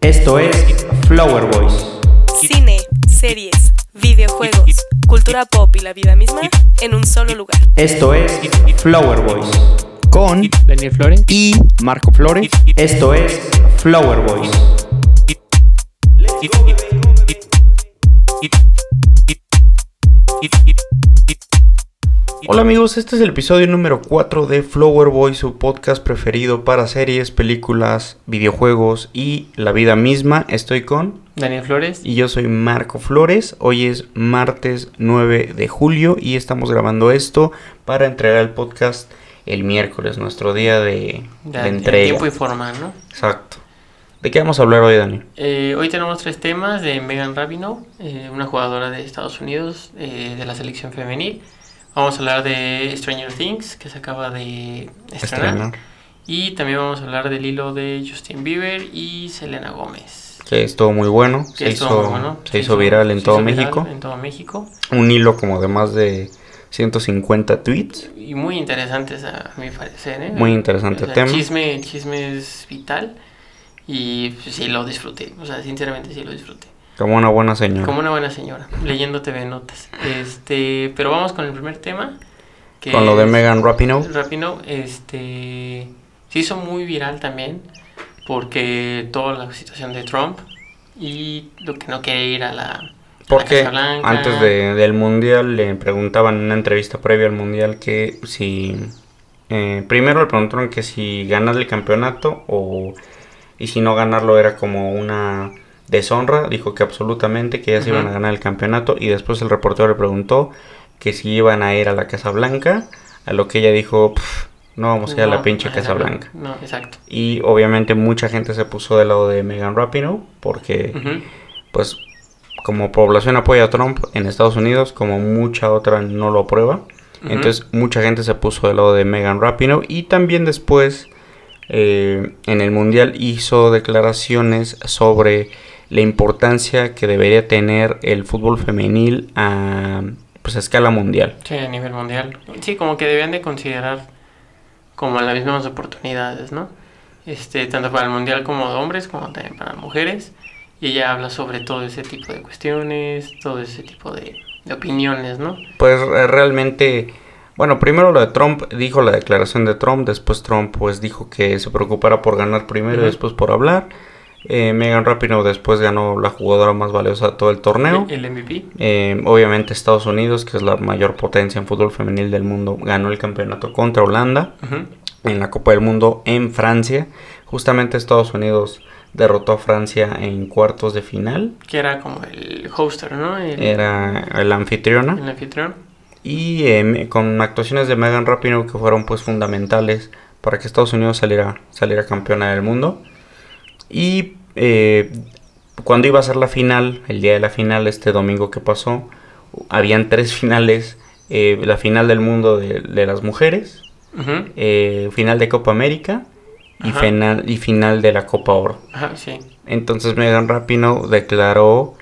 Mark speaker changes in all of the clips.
Speaker 1: Esto es Flower Boys.
Speaker 2: Cine, series, videojuegos, cultura pop y la vida misma en un solo lugar.
Speaker 1: Esto es Flower Boys.
Speaker 3: Con
Speaker 4: Daniel Flores.
Speaker 3: y Marco Flores.
Speaker 1: Esto es Flower Boys.
Speaker 5: Hola amigos, este es el episodio número 4 de Flower Boy, su podcast preferido para series, películas, videojuegos y la vida misma. Estoy con
Speaker 4: Daniel Flores.
Speaker 5: y yo soy Marco Flores. Hoy es martes 9 de julio y estamos grabando esto para entregar el podcast el miércoles, nuestro día de, de
Speaker 4: Da- en
Speaker 5: entrega.
Speaker 4: eh, tiempo y forma, ¿no?
Speaker 5: Exacto. ¿De qué vamos a hablar hoy, Daniel?
Speaker 4: Eh, hoy tenemos tres temas de Megan Rapinoe, eh, una jugadora de Estados Unidos eh, de la selección femenil. Vamos a hablar de Stranger Things, que se acaba de estrenar. Y también vamos a hablar del hilo de Justin Bieber y Selena Gómez.
Speaker 5: Que estuvo muy bueno.
Speaker 4: que
Speaker 5: se
Speaker 4: estuvo
Speaker 5: hizo,
Speaker 4: muy bueno.
Speaker 5: se hizo viral en
Speaker 4: se
Speaker 5: todo
Speaker 4: hizo viral
Speaker 5: México.
Speaker 4: En todo México.
Speaker 5: Un hilo como de más de 150 tweets.
Speaker 4: Y muy interesantes a mi parecer, ¿eh?
Speaker 5: Muy interesante
Speaker 4: O sea,
Speaker 5: tema.
Speaker 4: El chisme, el chisme es vital y pues, sí lo disfruté, o sea, sinceramente sí lo disfruté.
Speaker 5: Como una buena señora.
Speaker 4: Como una buena señora, leyendo TV Notas. Este, pero vamos con el primer tema. que
Speaker 5: Con lo de
Speaker 4: es-
Speaker 5: Megan Rapinoe.
Speaker 4: Rapinoe, este, se hizo muy viral también porque toda la situación de Trump y lo que no quiere ir a la...
Speaker 5: Porque
Speaker 4: Casa Blanca.
Speaker 5: antes de- del mundial le preguntaban en una entrevista previa al mundial que si... eh, primero le preguntaron que si ganas el campeonato o... Y si no ganarlo era como una deshonra. Dijo que absolutamente que ya se
Speaker 4: Ujú.
Speaker 5: iban a ganar el campeonato. Y después el reportero le preguntó que si iban a ir a la Casa Blanca. A lo que ella dijo, "Pff, no vamos a ir a la
Speaker 4: no,
Speaker 5: pinche
Speaker 4: a
Speaker 5: Casa Blanca.
Speaker 4: No, exacto.
Speaker 5: Y obviamente mucha gente se puso del lado de Megan Rapinoe porque
Speaker 4: Ujú.
Speaker 5: pues como población apoya a Trump en Estados Unidos, como mucha otra no lo aprueba.
Speaker 4: Ujú.
Speaker 5: Entonces mucha gente se puso del lado de Megan Rapinoe y también después eh, en el Mundial hizo declaraciones sobre la importancia que debería tener el fútbol femenil a, pues, a escala mundial.
Speaker 4: Sí, a nivel mundial. Sí, como que debían de considerar como las mismas oportunidades, ¿no? Este, tanto para el mundial como de hombres, como también para mujeres. Y ella habla sobre todo ese tipo de cuestiones, todo ese tipo de, de opiniones, ¿no?
Speaker 5: Pues eh, realmente, bueno, primero lo de Trump, dijo la declaración de Trump, después Trump pues dijo que se preocupara por ganar primero
Speaker 4: Ujú.
Speaker 5: y después por hablar. Eh, Megan Rapinoe después ganó la jugadora más valiosa de todo el torneo.
Speaker 4: El, el MVP.
Speaker 5: Eh, obviamente Estados Unidos, que es la mayor potencia en fútbol femenil del mundo, ganó el campeonato contra Holanda
Speaker 4: Ujú.
Speaker 5: en la Copa del Mundo en Francia. Justamente Estados Unidos derrotó a Francia en cuartos de final.
Speaker 4: Que era como el hoster, ¿no? El,
Speaker 5: Era el anfitriona.
Speaker 4: el anfitrión.
Speaker 5: Y em, con actuaciones de Megan Rapinoe que fueron pues fundamentales para que Estados Unidos saliera, saliera campeona del mundo. Y eh, cuando iba a ser la final, el día de la final, este domingo que pasó, habían tres finales. eh, la final del mundo de, de las mujeres,
Speaker 4: Ujú.
Speaker 5: eh, final de Copa América y,
Speaker 4: Ajá.
Speaker 5: final, y final de la Copa Oro.
Speaker 4: Ajá, sí.
Speaker 5: Entonces Megan Rapinoe declaró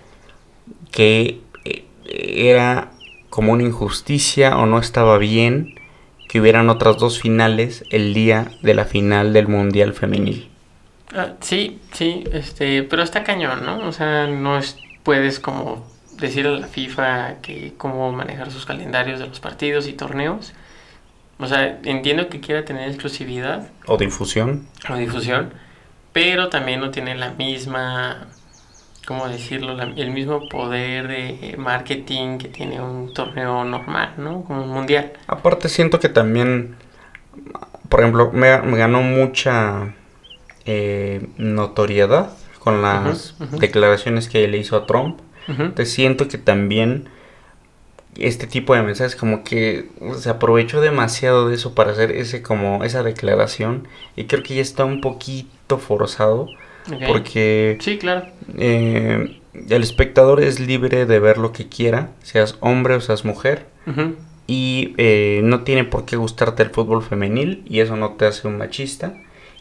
Speaker 5: que eh, era como una injusticia o no estaba bien que hubieran otras dos finales el día de la final del Mundial Femenil.
Speaker 4: Ah, sí, sí, este, pero está cañón, ¿no? O sea, no es, puedes como decir a la FIFA que cómo manejar sus calendarios de los partidos y torneos. O sea, entiendo que quiera tener exclusividad
Speaker 5: O difusión.
Speaker 4: o difusión, pero también no tiene la misma, ¿cómo decirlo? La- el mismo poder de marketing que tiene un torneo normal, ¿no? Como un mundial.
Speaker 5: Aparte siento que también, por ejemplo, me, me ganó mucha eh, notoriedad con las
Speaker 4: Ujú, ujú.
Speaker 5: declaraciones que le hizo a Trump.
Speaker 4: Ujú.
Speaker 5: Te siento que también este tipo de mensajes como que se aprovechó demasiado de eso para hacer ese como esa declaración y creo que ya está un poquito forzado
Speaker 4: Ok.
Speaker 5: porque
Speaker 4: Sí, claro.
Speaker 5: eh, el espectador es libre de ver lo que quiera, seas hombre o seas mujer
Speaker 4: Ujú.
Speaker 5: y eh, no tiene por qué gustarte el fútbol femenil y eso no te hace un machista.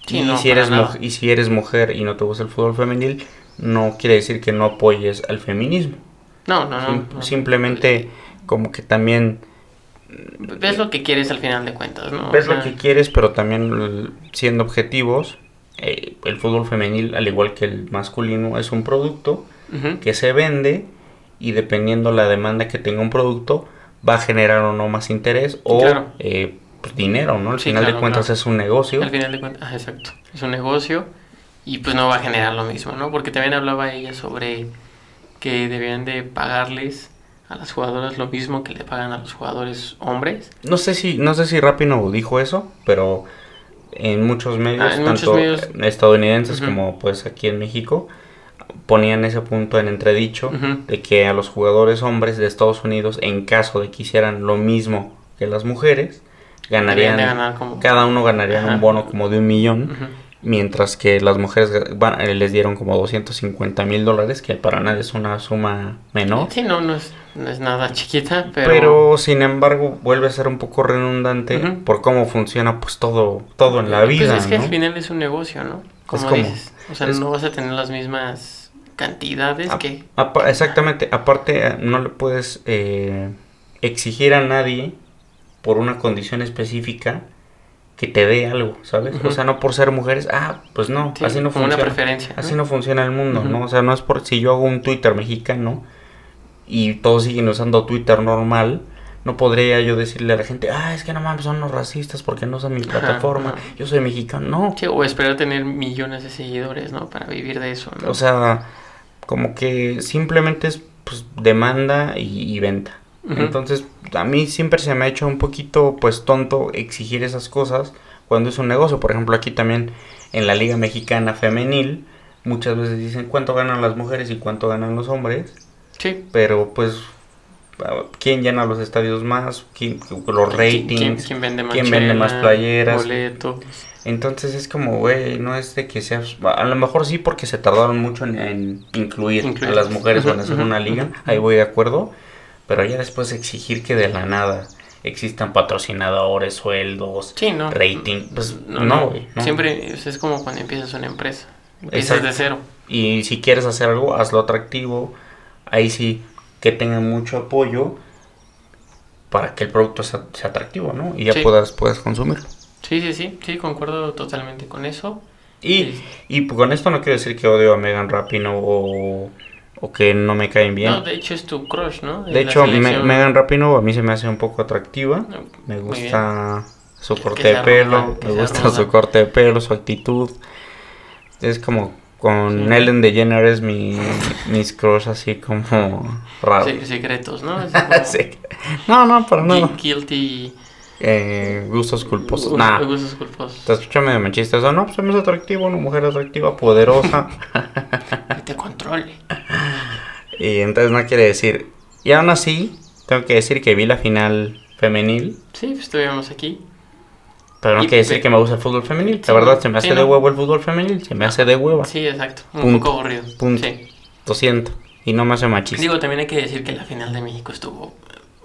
Speaker 4: Sí,
Speaker 5: y,
Speaker 4: no,
Speaker 5: si eres
Speaker 4: para
Speaker 5: mu-
Speaker 4: nada.
Speaker 5: y si eres mujer y no te gusta el fútbol femenil, no quiere decir que no apoyes al feminismo.
Speaker 4: No, no, no,
Speaker 5: Sim-
Speaker 4: no.
Speaker 5: simplemente como que también
Speaker 4: Ves lo que quieres al final de cuentas, ¿no? O
Speaker 5: ves lo
Speaker 4: sea,
Speaker 5: que quieres, pero también l- siendo objetivos, eh, el fútbol femenil, al igual que el masculino, es un producto
Speaker 4: Ujú.
Speaker 5: que se vende y dependiendo la demanda que tenga un producto, va a generar o no más interés o
Speaker 4: Claro.
Speaker 5: eh, pues, dinero, ¿no? Al
Speaker 4: Sí,
Speaker 5: final
Speaker 4: claro,
Speaker 5: de cuentas
Speaker 4: claro.
Speaker 5: es un negocio.
Speaker 4: Al final de cuentas, ah, exacto. Es un negocio y pues no va a generar lo mismo, ¿no? Porque también hablaba ella sobre que debían de pagarles a las jugadoras lo mismo que le pagan a los jugadores hombres.
Speaker 5: No sé si, no sé si Rapino dijo eso, pero en muchos medios,
Speaker 4: Ah, en muchos
Speaker 5: tanto
Speaker 4: medios.
Speaker 5: estadounidenses
Speaker 4: Ujú.
Speaker 5: como pues aquí en México, ponían ese punto en entredicho
Speaker 4: Ujú.
Speaker 5: de que a los jugadores hombres de Estados Unidos, en caso de que hicieran lo mismo que las mujeres,
Speaker 4: Deberían
Speaker 5: ganarían,
Speaker 4: de ganar como-
Speaker 5: cada uno ganaría
Speaker 4: Ajá.
Speaker 5: un bono como de un millón,
Speaker 4: Ujú.
Speaker 5: mientras que las mujeres ga- van- eh, les dieron como 250 mil dólares, que para nadie es una suma menor.
Speaker 4: Sí, no, no es, no es nada chiquita, pero...
Speaker 5: Pero, sin embargo, vuelve a ser un poco redundante
Speaker 4: Ujú.
Speaker 5: por cómo funciona pues todo, todo en la
Speaker 4: Pues
Speaker 5: vida.
Speaker 4: es que
Speaker 5: ¿no?
Speaker 4: al final es un negocio, ¿no? Como
Speaker 5: como-
Speaker 4: dices. O sea,
Speaker 5: es- Ah,
Speaker 4: no vas a tener las mismas cantidades
Speaker 5: A-
Speaker 4: que...
Speaker 5: apa- exactamente, aparte eh, no le puedes eh, exigir a nadie por una condición específica que te dé algo, ¿sabes?
Speaker 4: Ujú.
Speaker 5: O sea, no por ser mujeres, ah, pues no,
Speaker 4: Sí,
Speaker 5: así no
Speaker 4: como una
Speaker 5: funciona.
Speaker 4: preferencia, ¿no?
Speaker 5: Así no funciona el mundo,
Speaker 4: Ujú.
Speaker 5: ¿no? O sea, no es por si yo hago un Twitter mexicano y todos siguen usando Twitter normal, no podría yo decirle a la gente, ah, es que no mames, son los racistas porque no usan mi
Speaker 4: Ajá,
Speaker 5: plataforma,
Speaker 4: ajá.
Speaker 5: yo soy mexicano, no.
Speaker 4: Sí, o esperar tener millones de seguidores, ¿no? Para vivir de eso, ¿no?
Speaker 5: O sea, como que simplemente es pues, demanda y, y venta.
Speaker 4: Ujú.
Speaker 5: Entonces, a mí siempre se me ha hecho un poquito pues tonto exigir esas cosas cuando es un negocio. Por ejemplo, aquí también en la Liga Mexicana Femenil muchas veces dicen cuánto ganan las mujeres y cuánto ganan los hombres,
Speaker 4: sí.
Speaker 5: pero pues quién llena los estadios más, ¿Quién- los
Speaker 4: ¿Quién-
Speaker 5: ratings,
Speaker 4: ¿Quién, quién vende más,
Speaker 5: quién vende más
Speaker 4: chela,
Speaker 5: playeras?
Speaker 4: Boletos.
Speaker 5: Entonces es como, güey, no es de que seas... A lo mejor sí porque se tardaron mucho en, en incluir, a
Speaker 4: Incluir.
Speaker 5: las mujeres
Speaker 4: Ujú,
Speaker 5: van a hacer
Speaker 4: ujú,
Speaker 5: una liga, ahí voy de acuerdo, pero ya después exigir que de la nada existan patrocinadores, sueldos,
Speaker 4: Sí, ¿no?
Speaker 5: rating, pues
Speaker 4: No, no.
Speaker 5: no, güey. no.
Speaker 4: Siempre o sea, es como cuando empiezas una empresa. Empiezas
Speaker 5: Exacto.
Speaker 4: de cero.
Speaker 5: Y si quieres hacer algo, hazlo atractivo, ahí sí que tengan mucho apoyo para que el producto sea, sea atractivo, ¿no? Y ya
Speaker 4: Sí.
Speaker 5: puedas, puedas consumirlo.
Speaker 4: Sí, sí, sí. Sí, concuerdo totalmente con eso.
Speaker 5: Y,
Speaker 4: Sí.
Speaker 5: y con esto no quiero decir que odio a Megan Rapino o, o que no me caen bien.
Speaker 4: No, de hecho es tu crush, ¿no?
Speaker 5: de
Speaker 4: la
Speaker 5: hecho, Me-
Speaker 4: selección.
Speaker 5: Megan Rapino a mí se me hace un poco atractiva.
Speaker 4: No,
Speaker 5: Me
Speaker 4: muy
Speaker 5: gusta su corte
Speaker 4: sea
Speaker 5: de pelo,
Speaker 4: ruda, que
Speaker 5: me
Speaker 4: sea
Speaker 5: gusta
Speaker 4: ruda.
Speaker 5: su corte de pelo, su actitud. Es como con
Speaker 4: Sí.
Speaker 5: Ellen DeGeneres es mi, mis crush así como raro.
Speaker 4: Se- secretos, ¿no? Así como
Speaker 5: Sí. No, no, para
Speaker 4: gui-
Speaker 5: nada.
Speaker 4: Guilty.
Speaker 5: Eh, gustos culposos.
Speaker 4: gu-
Speaker 5: Nah.
Speaker 4: Gustos culposos.
Speaker 5: Te escucha medio machista. O sea, no, pues se me hace atractivo, una mujer atractiva, poderosa.
Speaker 4: Que te controle.
Speaker 5: Y entonces no quiere decir. Y aún así, tengo que decir que vi la final femenil.
Speaker 4: Sí, pues estuvimos aquí.
Speaker 5: Pero no
Speaker 4: Y-
Speaker 5: quiere decir
Speaker 4: pe-
Speaker 5: que me gusta el fútbol femenil.
Speaker 4: Sí,
Speaker 5: La verdad,
Speaker 4: no,
Speaker 5: se me hace
Speaker 4: sí,
Speaker 5: de
Speaker 4: no. Ah,
Speaker 5: huevo el fútbol femenil. Se me hace de hueva.
Speaker 4: Sí, exacto. Un
Speaker 5: Punto.
Speaker 4: poco aburrido.
Speaker 5: Punto.
Speaker 4: Sí.
Speaker 5: Lo siento. Y no me hace machista.
Speaker 4: Digo, también hay que decir que la final de México estuvo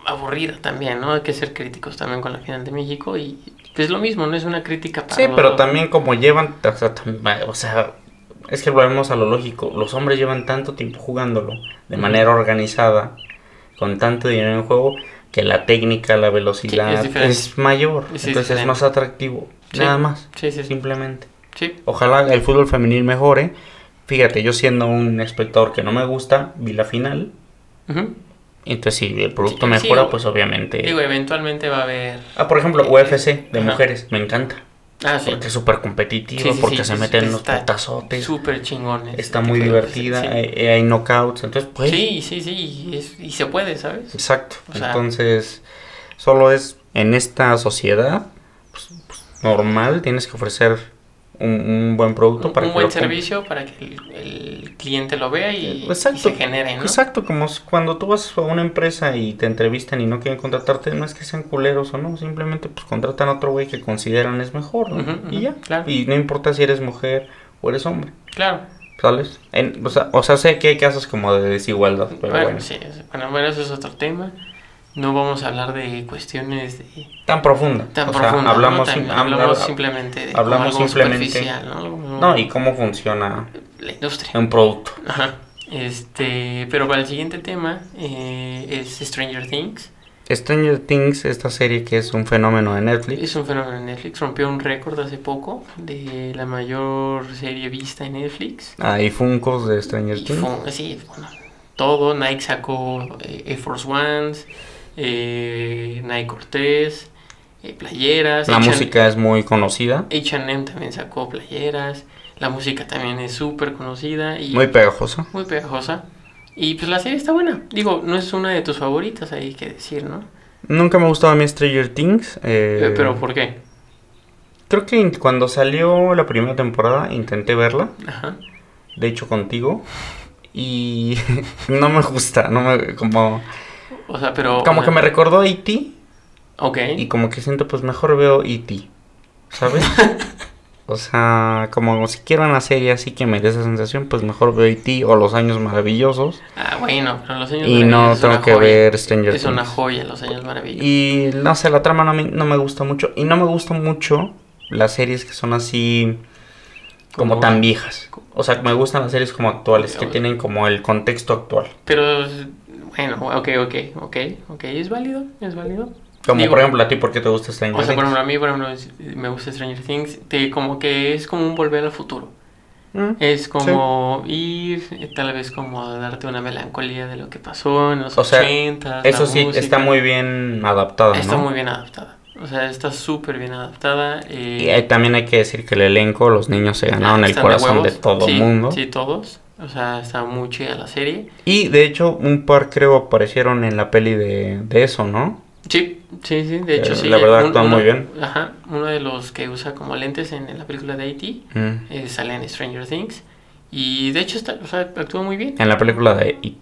Speaker 4: aburrida también, ¿no? Hay que ser críticos también con la final de México y es lo mismo, no es una crítica para
Speaker 5: sí,
Speaker 4: los
Speaker 5: pero
Speaker 4: dos.
Speaker 5: también como llevan. O sea, tam- o sea, es que volvemos a lo lógico. Los hombres llevan tanto tiempo jugándolo de
Speaker 4: Ujú.
Speaker 5: manera organizada, con tanto dinero en juego, que la técnica, la velocidad
Speaker 4: diferente.
Speaker 5: es mayor.
Speaker 4: Sí, es
Speaker 5: Entonces es
Speaker 4: diferente.
Speaker 5: más atractivo.
Speaker 4: Sí.
Speaker 5: Nada más.
Speaker 4: Sí, sí, sí.
Speaker 5: Simplemente.
Speaker 4: Sí,
Speaker 5: Ojalá el fútbol femenil mejore. Fíjate, yo siendo un espectador que no me gusta, vi la final.
Speaker 4: Ujú.
Speaker 5: Entonces, si el producto
Speaker 4: Sí,
Speaker 5: mejora,
Speaker 4: sí,
Speaker 5: pues obviamente.
Speaker 4: Digo, eventualmente va a haber...
Speaker 5: ah, por ejemplo,
Speaker 4: eh,
Speaker 5: UFC de
Speaker 4: ajá.
Speaker 5: mujeres, me encanta.
Speaker 4: Ah, sí.
Speaker 5: Porque es súper
Speaker 4: Sí,
Speaker 5: competitiva,
Speaker 4: sí, sí,
Speaker 5: porque se
Speaker 4: sí,
Speaker 5: meten
Speaker 4: sí,
Speaker 5: unos
Speaker 4: está
Speaker 5: patazotes.
Speaker 4: Súper chingones.
Speaker 5: Está
Speaker 4: Este
Speaker 5: muy
Speaker 4: tipo de cosas,
Speaker 5: divertida, eh,
Speaker 4: sí.
Speaker 5: hay, hay knockouts. Entonces, pues.
Speaker 4: Sí, sí, sí, y, es- y se puede, ¿sabes?
Speaker 5: Exacto.
Speaker 4: O sea-
Speaker 5: Entonces, solo es en esta sociedad pues, pues, normal, tienes que ofrecer un, un buen producto
Speaker 4: Un,
Speaker 5: para
Speaker 4: un
Speaker 5: que
Speaker 4: buen
Speaker 5: lo compre.
Speaker 4: servicio para que el, el cliente lo vea y, y
Speaker 5: Exacto.
Speaker 4: se genere, ¿no?
Speaker 5: Exacto, como s- cuando tú vas a una empresa y te entrevistan y no quieren contratarte, no es que sean culeros o no, simplemente pues contratan a otro güey que consideran es mejor, ¿no?
Speaker 4: Ujú,
Speaker 5: Y
Speaker 4: ujú,
Speaker 5: ya.
Speaker 4: claro.
Speaker 5: Y no importa si eres mujer o eres hombre,
Speaker 4: Claro.
Speaker 5: ¿sabes? En- o, sea, o sea, sé que hay casos como de desigualdad, pero
Speaker 4: bueno,
Speaker 5: bueno.
Speaker 4: sí, sí. bueno, bueno, eso es otro tema. No vamos a hablar de cuestiones de-
Speaker 5: Tan profunda.
Speaker 4: tan
Speaker 5: o sea,
Speaker 4: profundas. ¿no?
Speaker 5: hablamos,
Speaker 4: Tan-
Speaker 5: sim-
Speaker 4: hablamos
Speaker 5: habla-
Speaker 4: simplemente de como
Speaker 5: hablamos
Speaker 4: algo
Speaker 5: simplemente-
Speaker 4: superficial, ¿no? Algo-
Speaker 5: No, y cómo funciona
Speaker 4: la industria.
Speaker 5: un producto.
Speaker 4: Ajá. Este, pero para el siguiente tema eh, es Stranger Things.
Speaker 5: Stranger Things, esta serie que es un fenómeno de Netflix.
Speaker 4: Es un fenómeno en Netflix, rompió un récord hace poco de la mayor serie vista en Netflix.
Speaker 5: Hay Funkos de Stranger
Speaker 4: Y
Speaker 5: Things.
Speaker 4: fue- sí, bueno, todo, Nike sacó eh, Air Force Ones, eh, Nike Cortez, eh, playeras.
Speaker 5: La
Speaker 4: H&M
Speaker 5: música es muy conocida,
Speaker 4: H&M también sacó playeras, la música también es súper conocida y
Speaker 5: muy pegajosa.
Speaker 4: muy pegajosa. Y pues la serie está buena. Digo, no es una de tus favoritas, hay que decir, ¿no?
Speaker 5: Nunca me ha gustado a mí Stranger Things. eh,
Speaker 4: Eh, Pero ¿por qué?
Speaker 5: Creo que in- cuando salió la primera temporada intenté verla,
Speaker 4: Ajá.
Speaker 5: de hecho contigo, y no me gusta, no me, como,
Speaker 4: O sea, pero...
Speaker 5: como que me recordó a E.T.
Speaker 4: Ok.
Speaker 5: y como que siento pues mejor veo E.T., ¿sabes? O sea, como si quiero una serie así que me dé esa sensación, pues mejor veo E.T. o Los Años Maravillosos
Speaker 4: Ah, bueno, pero Los Años
Speaker 5: y no
Speaker 4: Maravillosos es
Speaker 5: tengo
Speaker 4: una
Speaker 5: que
Speaker 4: joya.
Speaker 5: ver Stranger
Speaker 4: Es una
Speaker 5: Things.
Speaker 4: joya, Los Años Maravillosos.
Speaker 5: Y no sé, la trama no me, no me gusta mucho. Y no me gustan mucho las series que son así como
Speaker 4: Como-
Speaker 5: tan viejas. O sea, me gustan las series como actuales, que tienen como el contexto actual.
Speaker 4: Pero, bueno, ok, ok, ok, ok, es válido, es válido.
Speaker 5: Como
Speaker 4: Digo,
Speaker 5: por ejemplo a ti, ¿por qué te gusta Stranger
Speaker 4: O sea, por
Speaker 5: Things?
Speaker 4: ejemplo, a mí, por ejemplo, es- me gusta Stranger Things, te- como que es como un volver al futuro.
Speaker 5: Mm,
Speaker 4: Es como ir, eh, tal vez como a darte una melancolía de lo que pasó en los
Speaker 5: O sea,
Speaker 4: 80
Speaker 5: Eso sí, está muy bien adaptada,
Speaker 4: Está
Speaker 5: ¿no?
Speaker 4: muy bien adaptada. O sea, está súper bien adaptada. eh,
Speaker 5: Y eh, también hay que decir que el elenco, los niños se ganaron el
Speaker 4: están
Speaker 5: corazón de
Speaker 4: huevos,
Speaker 5: todo el
Speaker 4: sí,
Speaker 5: mundo.
Speaker 4: Sí, todos. O sea, está muy chida la serie.
Speaker 5: Y de hecho, un par creo aparecieron en la peli de, de eso, ¿no?
Speaker 4: Sí, sí, sí, de hecho
Speaker 5: Eh,
Speaker 4: sí.
Speaker 5: la verdad actúa
Speaker 4: uno-
Speaker 5: muy bien.
Speaker 4: Ajá, uno de los que usa como lentes en la película de E.T.
Speaker 5: Mm.
Speaker 4: eh, sale en Stranger Things. Y de hecho está, o sea, actúa muy bien.
Speaker 5: En la película de It.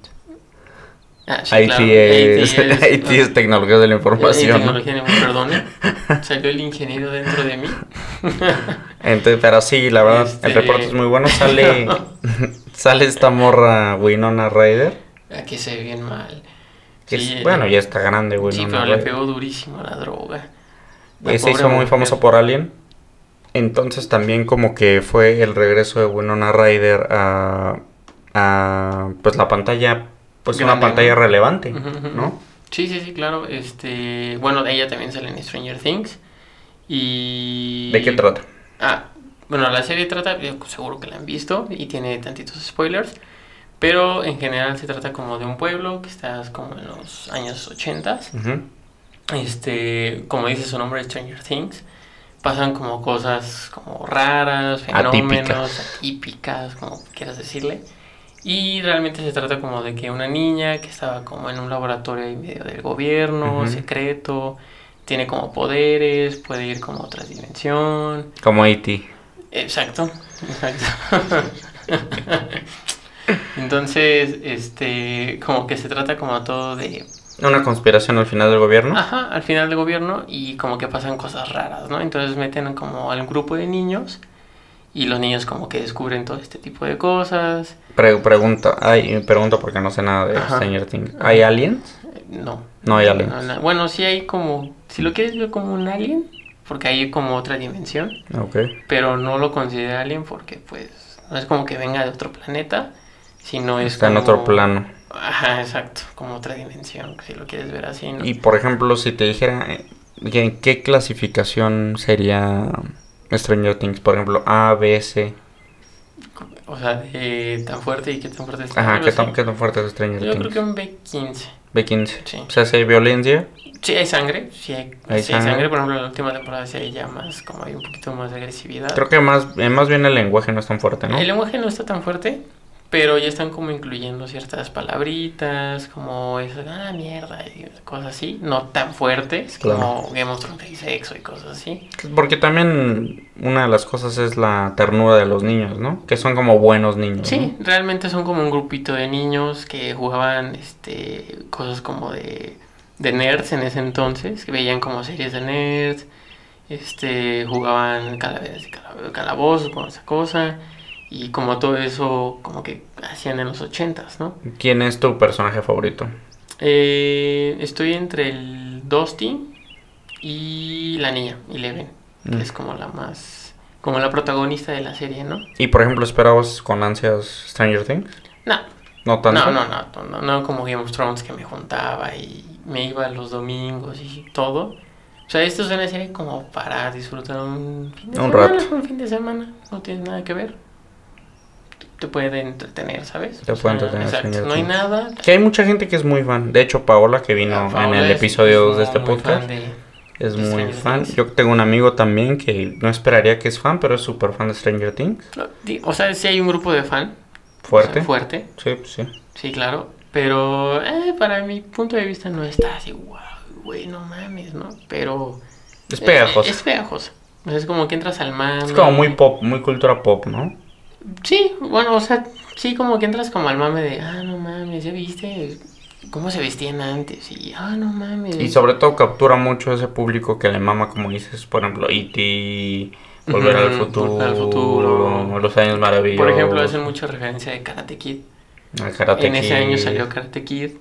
Speaker 4: Ah, sí,
Speaker 5: IT
Speaker 4: claro,
Speaker 5: E es,
Speaker 4: E.T. es-
Speaker 5: IT es tecnología de la
Speaker 4: Eh,
Speaker 5: información. ¿no?
Speaker 4: tecnología de- perdone, salió el ingeniero dentro de mí.
Speaker 5: Entonces, pero sí, la verdad,
Speaker 4: Este-
Speaker 5: el reporte es muy bueno. Sale, sale esta morra Winona Ryder.
Speaker 4: A que se ve bien mal.
Speaker 5: que
Speaker 4: Sí,
Speaker 5: es-
Speaker 4: eh,
Speaker 5: bueno, ya está grande,
Speaker 4: sí,
Speaker 5: Winona
Speaker 4: pero le
Speaker 5: Ryder.
Speaker 4: pegó durísimo la droga. La
Speaker 5: Eh, se
Speaker 4: pobre
Speaker 5: hizo muy
Speaker 4: mujer.
Speaker 5: famoso por Alien. Entonces también como que fue el regreso de Winona Ryder a, a pues la pantalla, pues una
Speaker 4: Grande,
Speaker 5: pantalla
Speaker 4: ¿no?
Speaker 5: relevante,
Speaker 4: Ujú, ujú.
Speaker 5: ¿no?
Speaker 4: Sí, sí, sí, claro. Este, bueno, ella también sale en Stranger Things. Y...
Speaker 5: ¿De qué trata?
Speaker 4: Ah, bueno, la serie trata, yo seguro que la han visto y tiene tantitos spoilers, pero en general se trata como de un pueblo que está como en los años 80,
Speaker 5: Ujú.
Speaker 4: este, como dice su nombre, Stranger Things, pasan como cosas como raras,
Speaker 5: Atípicas.
Speaker 4: fenómenos atípicas, como quieras decirle. Y realmente se trata como de que una niña que estaba como en un laboratorio ahí medio del gobierno,
Speaker 5: Ujú.
Speaker 4: secreto, tiene como poderes, puede ir como a otra dimensión.
Speaker 5: Como E E.T.
Speaker 4: Exacto, exacto. Entonces, este, como que se trata como todo de,
Speaker 5: Una conspiración al final del gobierno.
Speaker 4: ajá, al final del gobierno y como que pasan cosas raras, ¿no? Entonces meten como al grupo de niños y los niños como que descubren todo este tipo de cosas.
Speaker 5: Pre- pregunta, ay, pregunta porque no sé nada de
Speaker 4: Ajá.
Speaker 5: Stranger Things. ¿Hay aliens?
Speaker 4: Eh, No.
Speaker 5: No hay aliens.
Speaker 4: no, bueno, sí hay como, si lo quieres ver como un alien, porque hay como otra dimensión.
Speaker 5: Ok.
Speaker 4: pero no lo considera alien porque pues no es como que venga de otro planeta, sino es
Speaker 5: Está en
Speaker 4: como-
Speaker 5: otro plano.
Speaker 4: Ajá, exacto, como otra dimensión, si lo quieres ver así, ¿no?
Speaker 5: Y por ejemplo, si te dijera, eh, ¿en qué clasificación sería Stranger Things? Por ejemplo, A, B, C.
Speaker 4: O sea, de tan fuerte y qué tan fuerte está.
Speaker 5: Ajá,
Speaker 4: algo
Speaker 5: ¿qué
Speaker 4: así.
Speaker 5: tan, qué tan fuerte es Stranger
Speaker 4: Yo creo
Speaker 5: Things?
Speaker 4: que un B15.
Speaker 5: B15.
Speaker 4: Sí.
Speaker 5: O sea, si hay violencia,
Speaker 4: Sí hay sangre, sí hay, sí
Speaker 5: Hay
Speaker 4: hay sangre.
Speaker 5: sangre.
Speaker 4: por ejemplo, en la última temporada sí hay ya más, como hay un poquito más de agresividad.
Speaker 5: creo que más, eh, más bien el lenguaje no es tan fuerte, ¿no?
Speaker 4: El lenguaje no está tan fuerte, pero ya están como incluyendo ciertas palabritas, como eso, ah, mierda, y cosas así, no tan fuertes, como Game of Thrones y sexo y cosas así.
Speaker 5: Porque también una de las cosas es la ternura de los niños, ¿no? Que son como buenos niños.
Speaker 4: Sí, realmente son como un grupito de niños que jugaban este cosas como de, de nerds en ese entonces, que veían como series de nerds, este, jugaban calaveras y cala- calabozos con esa cosa, y como todo eso como que hacían en los ochentas, ¿no?
Speaker 5: ¿no? ¿Quién es tu personaje favorito?
Speaker 4: Eh, estoy entre el Dusty y la niña, Eleven, que
Speaker 5: Mm.
Speaker 4: es como la más, como la protagonista de la serie, ¿no?
Speaker 5: Y por ejemplo, ¿esperabas con ansias Stranger Things?
Speaker 4: No,
Speaker 5: No
Speaker 4: no,
Speaker 5: tanto.
Speaker 4: no, no, no, no, no como Game of Thrones que me juntaba y me iba los domingos y todo. O sea, esto es una serie como para disfrutar un fin de
Speaker 5: Un
Speaker 4: semana.
Speaker 5: rato.
Speaker 4: Un fin de semana, no tienes nada que ver. Te- Te puede entretener, ¿sabes?
Speaker 5: Te
Speaker 4: O
Speaker 5: puede
Speaker 4: sea,
Speaker 5: entretener,
Speaker 4: Exacto,
Speaker 5: señor
Speaker 4: no hay
Speaker 5: Tim.
Speaker 4: nada.
Speaker 5: Que hay mucha gente que es muy fan. De hecho, Paola, que vino
Speaker 4: Ah, Paola
Speaker 5: en el
Speaker 4: es-
Speaker 5: episodio 2
Speaker 4: es
Speaker 5: de este
Speaker 4: muy fan
Speaker 5: podcast,
Speaker 4: de-
Speaker 5: es
Speaker 4: de
Speaker 5: muy
Speaker 4: Stranger
Speaker 5: fan.
Speaker 4: Things.
Speaker 5: Yo tengo un amigo también que no esperaría que es fan, pero es súper fan de Stranger Things.
Speaker 4: no, di- O sea, sí hay un grupo de fan. o sea,
Speaker 5: Fuerte.
Speaker 4: fuerte,
Speaker 5: Sí, pues sí.
Speaker 4: sí, claro. Pero eh, para mi punto de vista no está así, wow, güey, no mames, ¿no? Pero...
Speaker 5: Es
Speaker 4: eh,
Speaker 5: pegajoso.
Speaker 4: es pegajoso. O sea, es como que entras al mame.
Speaker 5: Es como muy pop, muy cultura pop, ¿no?
Speaker 4: Sí, bueno, o sea, sí, como que entras como al mame de, ah, no mames, ya viste cómo se vestían antes. Y, ah, no mames.
Speaker 5: Y sobre todo captura mucho a ese público que le mama, como dices, por ejemplo, E.T., Volver al
Speaker 4: Ujú,
Speaker 5: futuro,
Speaker 4: Volver al Futuro.
Speaker 5: Los años maravillosos.
Speaker 4: Por ejemplo, hacen mucha referencia de Karate Kid.
Speaker 5: al Karate
Speaker 4: en ese
Speaker 5: Kid.
Speaker 4: año salió Karate Kid.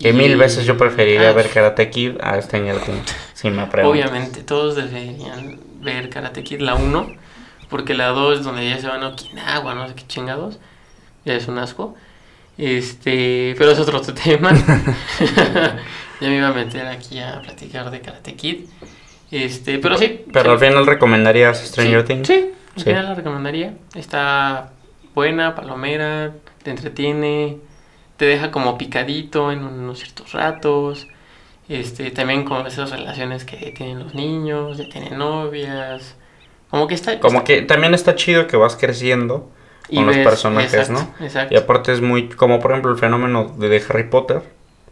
Speaker 5: Que mil veces yo preferiría
Speaker 4: Ah,
Speaker 5: ver Karate Kid a Stranger Things, si me preguntas.
Speaker 4: Obviamente, todos deberían ver Karate Kid, la 1, porque la 2, donde ya se van a Okinawa, no sé qué chingados, ya es un asco. Este, pero es otro tema. ya me iba a meter aquí a platicar de Karate Kid. Este, pero sí.
Speaker 5: Pero al
Speaker 4: sí,
Speaker 5: final recomendarías Stranger
Speaker 4: sí,
Speaker 5: Things.
Speaker 4: Sí, al
Speaker 5: Sí.
Speaker 4: final la recomendaría. Está buena, palomera, te entretiene, te deja como picadito en unos ciertos ratos. Este, también con esas relaciones que tienen los niños, ya tienen novias. Como que está.
Speaker 5: Como
Speaker 4: está-
Speaker 5: que también está chido que vas creciendo
Speaker 4: y
Speaker 5: con los
Speaker 4: ves-
Speaker 5: personajes,
Speaker 4: exacto, Exacto.
Speaker 5: Y aparte es muy, como por ejemplo el fenómeno de de Harry Potter,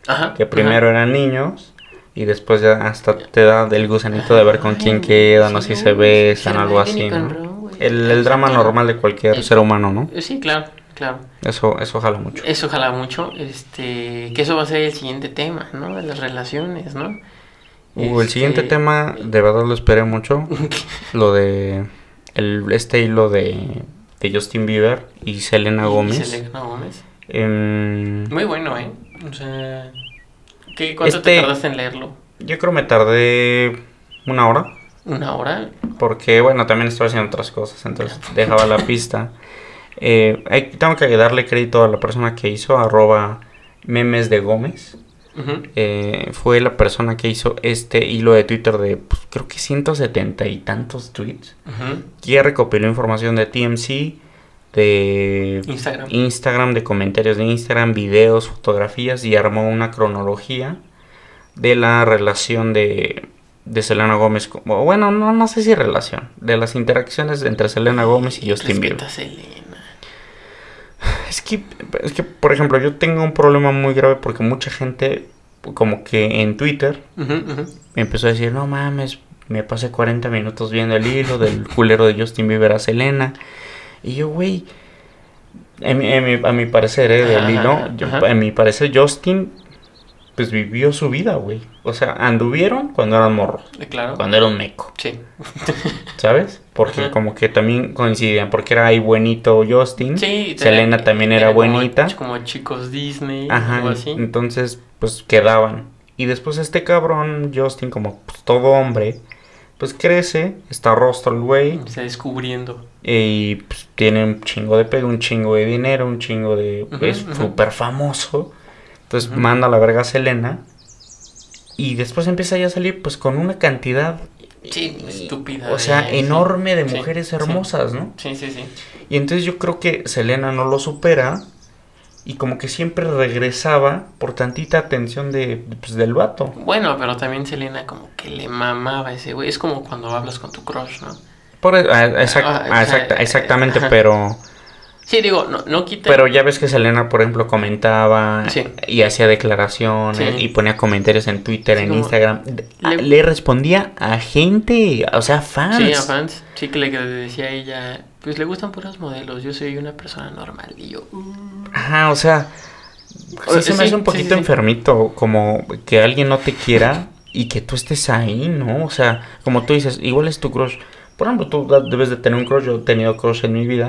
Speaker 4: Ajá,
Speaker 5: que primero eran niños y después ya hasta te da el gusanito
Speaker 4: ajá.
Speaker 5: de ver con quién
Speaker 4: Ay,
Speaker 5: quedan
Speaker 4: sí,
Speaker 5: o si
Speaker 4: no,
Speaker 5: se besan,
Speaker 4: Hermione
Speaker 5: algo así,
Speaker 4: con
Speaker 5: ¿no?
Speaker 4: Ron, güey.
Speaker 5: El, el drama
Speaker 4: Exacto.
Speaker 5: normal de cualquier
Speaker 4: Eh,
Speaker 5: ser humano, ¿no?
Speaker 4: Sí, claro, claro.
Speaker 5: Eso, eso jala mucho.
Speaker 4: Eso jala mucho, este, que eso va a ser el siguiente tema, ¿no? De las relaciones, ¿no?
Speaker 5: Uh, el
Speaker 4: Este,
Speaker 5: siguiente tema, de verdad lo esperé mucho. lo de el, este hilo de, de Justin Bieber y Selena
Speaker 4: y
Speaker 5: Gómez.
Speaker 4: Selena Gómez.
Speaker 5: Em,
Speaker 4: Muy bueno, ¿eh? O sea, ¿qué, ¿cuánto te
Speaker 5: Este-
Speaker 4: tardaste en leerlo?
Speaker 5: yo creo me tardé una hora.
Speaker 4: ¿Una hora?
Speaker 5: Porque, bueno, también estaba haciendo otras cosas. Entonces dejaba la pista. Eh, hay- tengo que darle crédito a la persona que hizo, arroba memes de Gómez.
Speaker 4: Ujú.
Speaker 5: eh, fue la persona que hizo este hilo de Twitter de pues, creo que 170 y tantos tweets.
Speaker 4: Ujú.
Speaker 5: Que recopiló información de TMC, de
Speaker 4: Instagram.
Speaker 5: Instagram, de comentarios de Instagram, videos, fotografías y armó una cronología de la relación de, de Selena Gómez. con- o Bueno, no, no sé si relación, de las interacciones entre Selena Gómez y Justin Bieber.
Speaker 4: Respeta a Selena.
Speaker 5: Es que, es que, por ejemplo, yo tengo un problema muy grave porque mucha gente, como que en Twitter,
Speaker 4: Ujú, ujú.
Speaker 5: me empezó a decir, no mames, me pasé 40 minutos viendo el hilo del culero de Justin Bieber a Selena. Y yo, güey, en mi- en mi- a mi parecer, eh, del
Speaker 4: Ajá,
Speaker 5: hilo, yo-
Speaker 4: ajá.
Speaker 5: a mi parecer Justin, pues vivió su vida, güey. O sea, anduvieron cuando eran morros,
Speaker 4: Eh, Claro.
Speaker 5: cuando era un meco,
Speaker 4: Sí.
Speaker 5: ¿sabes? Porque
Speaker 4: Ajá.
Speaker 5: como que también coincidían, porque era ahí buenito Justin,
Speaker 4: sí
Speaker 5: Selena
Speaker 4: te-
Speaker 5: también era,
Speaker 4: como-
Speaker 5: buenita.
Speaker 4: Como, chicos Disney,
Speaker 5: Ajá,
Speaker 4: algo así.
Speaker 5: entonces pues quedaban. Y después este cabrón, Justin, como pues, todo hombre, pues crece, está rostro el güey,
Speaker 4: Está descubriendo.
Speaker 5: y pues, tiene un chingo de pego, un chingo de dinero, un chingo de...
Speaker 4: Ujú,
Speaker 5: es
Speaker 4: ujú.
Speaker 5: súper famoso. Entonces
Speaker 4: Ujú.
Speaker 5: manda a la verga a Selena. Y después empieza ya a salir pues con una cantidad,
Speaker 4: Sí, estúpida.
Speaker 5: o sea,
Speaker 4: de- sí.
Speaker 5: enorme de
Speaker 4: Sí,
Speaker 5: mujeres
Speaker 4: sí.
Speaker 5: hermosas, ¿no?
Speaker 4: Sí, sí, sí.
Speaker 5: Y entonces yo creo que Selena no lo supera. Y como que siempre regresaba por tantita atención de, pues, del vato.
Speaker 4: Bueno, pero también Selena como que le mamaba a ese güey. Es como cuando hablas con tu crush, ¿no?
Speaker 5: Por, e- ah, exact-
Speaker 4: Ah,
Speaker 5: ah, exacta-
Speaker 4: ajá.
Speaker 5: exactamente,
Speaker 4: Ajá.
Speaker 5: pero,
Speaker 4: Sí, digo, no, no quita.
Speaker 5: pero ya ves que Selena, por ejemplo, comentaba
Speaker 4: Sí.
Speaker 5: y hacía declaraciones
Speaker 4: Sí.
Speaker 5: y ponía comentarios en Twitter,
Speaker 4: Sí,
Speaker 5: en
Speaker 4: como-
Speaker 5: Instagram. Le,
Speaker 4: Le-
Speaker 5: le respondía a gente, o sea, fans.
Speaker 4: Sí, a fans. Sí, que le que le decía a ella, pues le gustan puros modelos. Yo soy una persona normal. Y yo,
Speaker 5: Ajá, o sea, sí se
Speaker 4: sí,
Speaker 5: me hace un
Speaker 4: sí,
Speaker 5: poquito
Speaker 4: sí, sí.
Speaker 5: enfermito, como que alguien no te quiera y que tú estés ahí, ¿no? O sea, como tú dices, igual es tu crush. Por ejemplo, tú da- debes de tener un crush, yo he tenido crush en mi vida,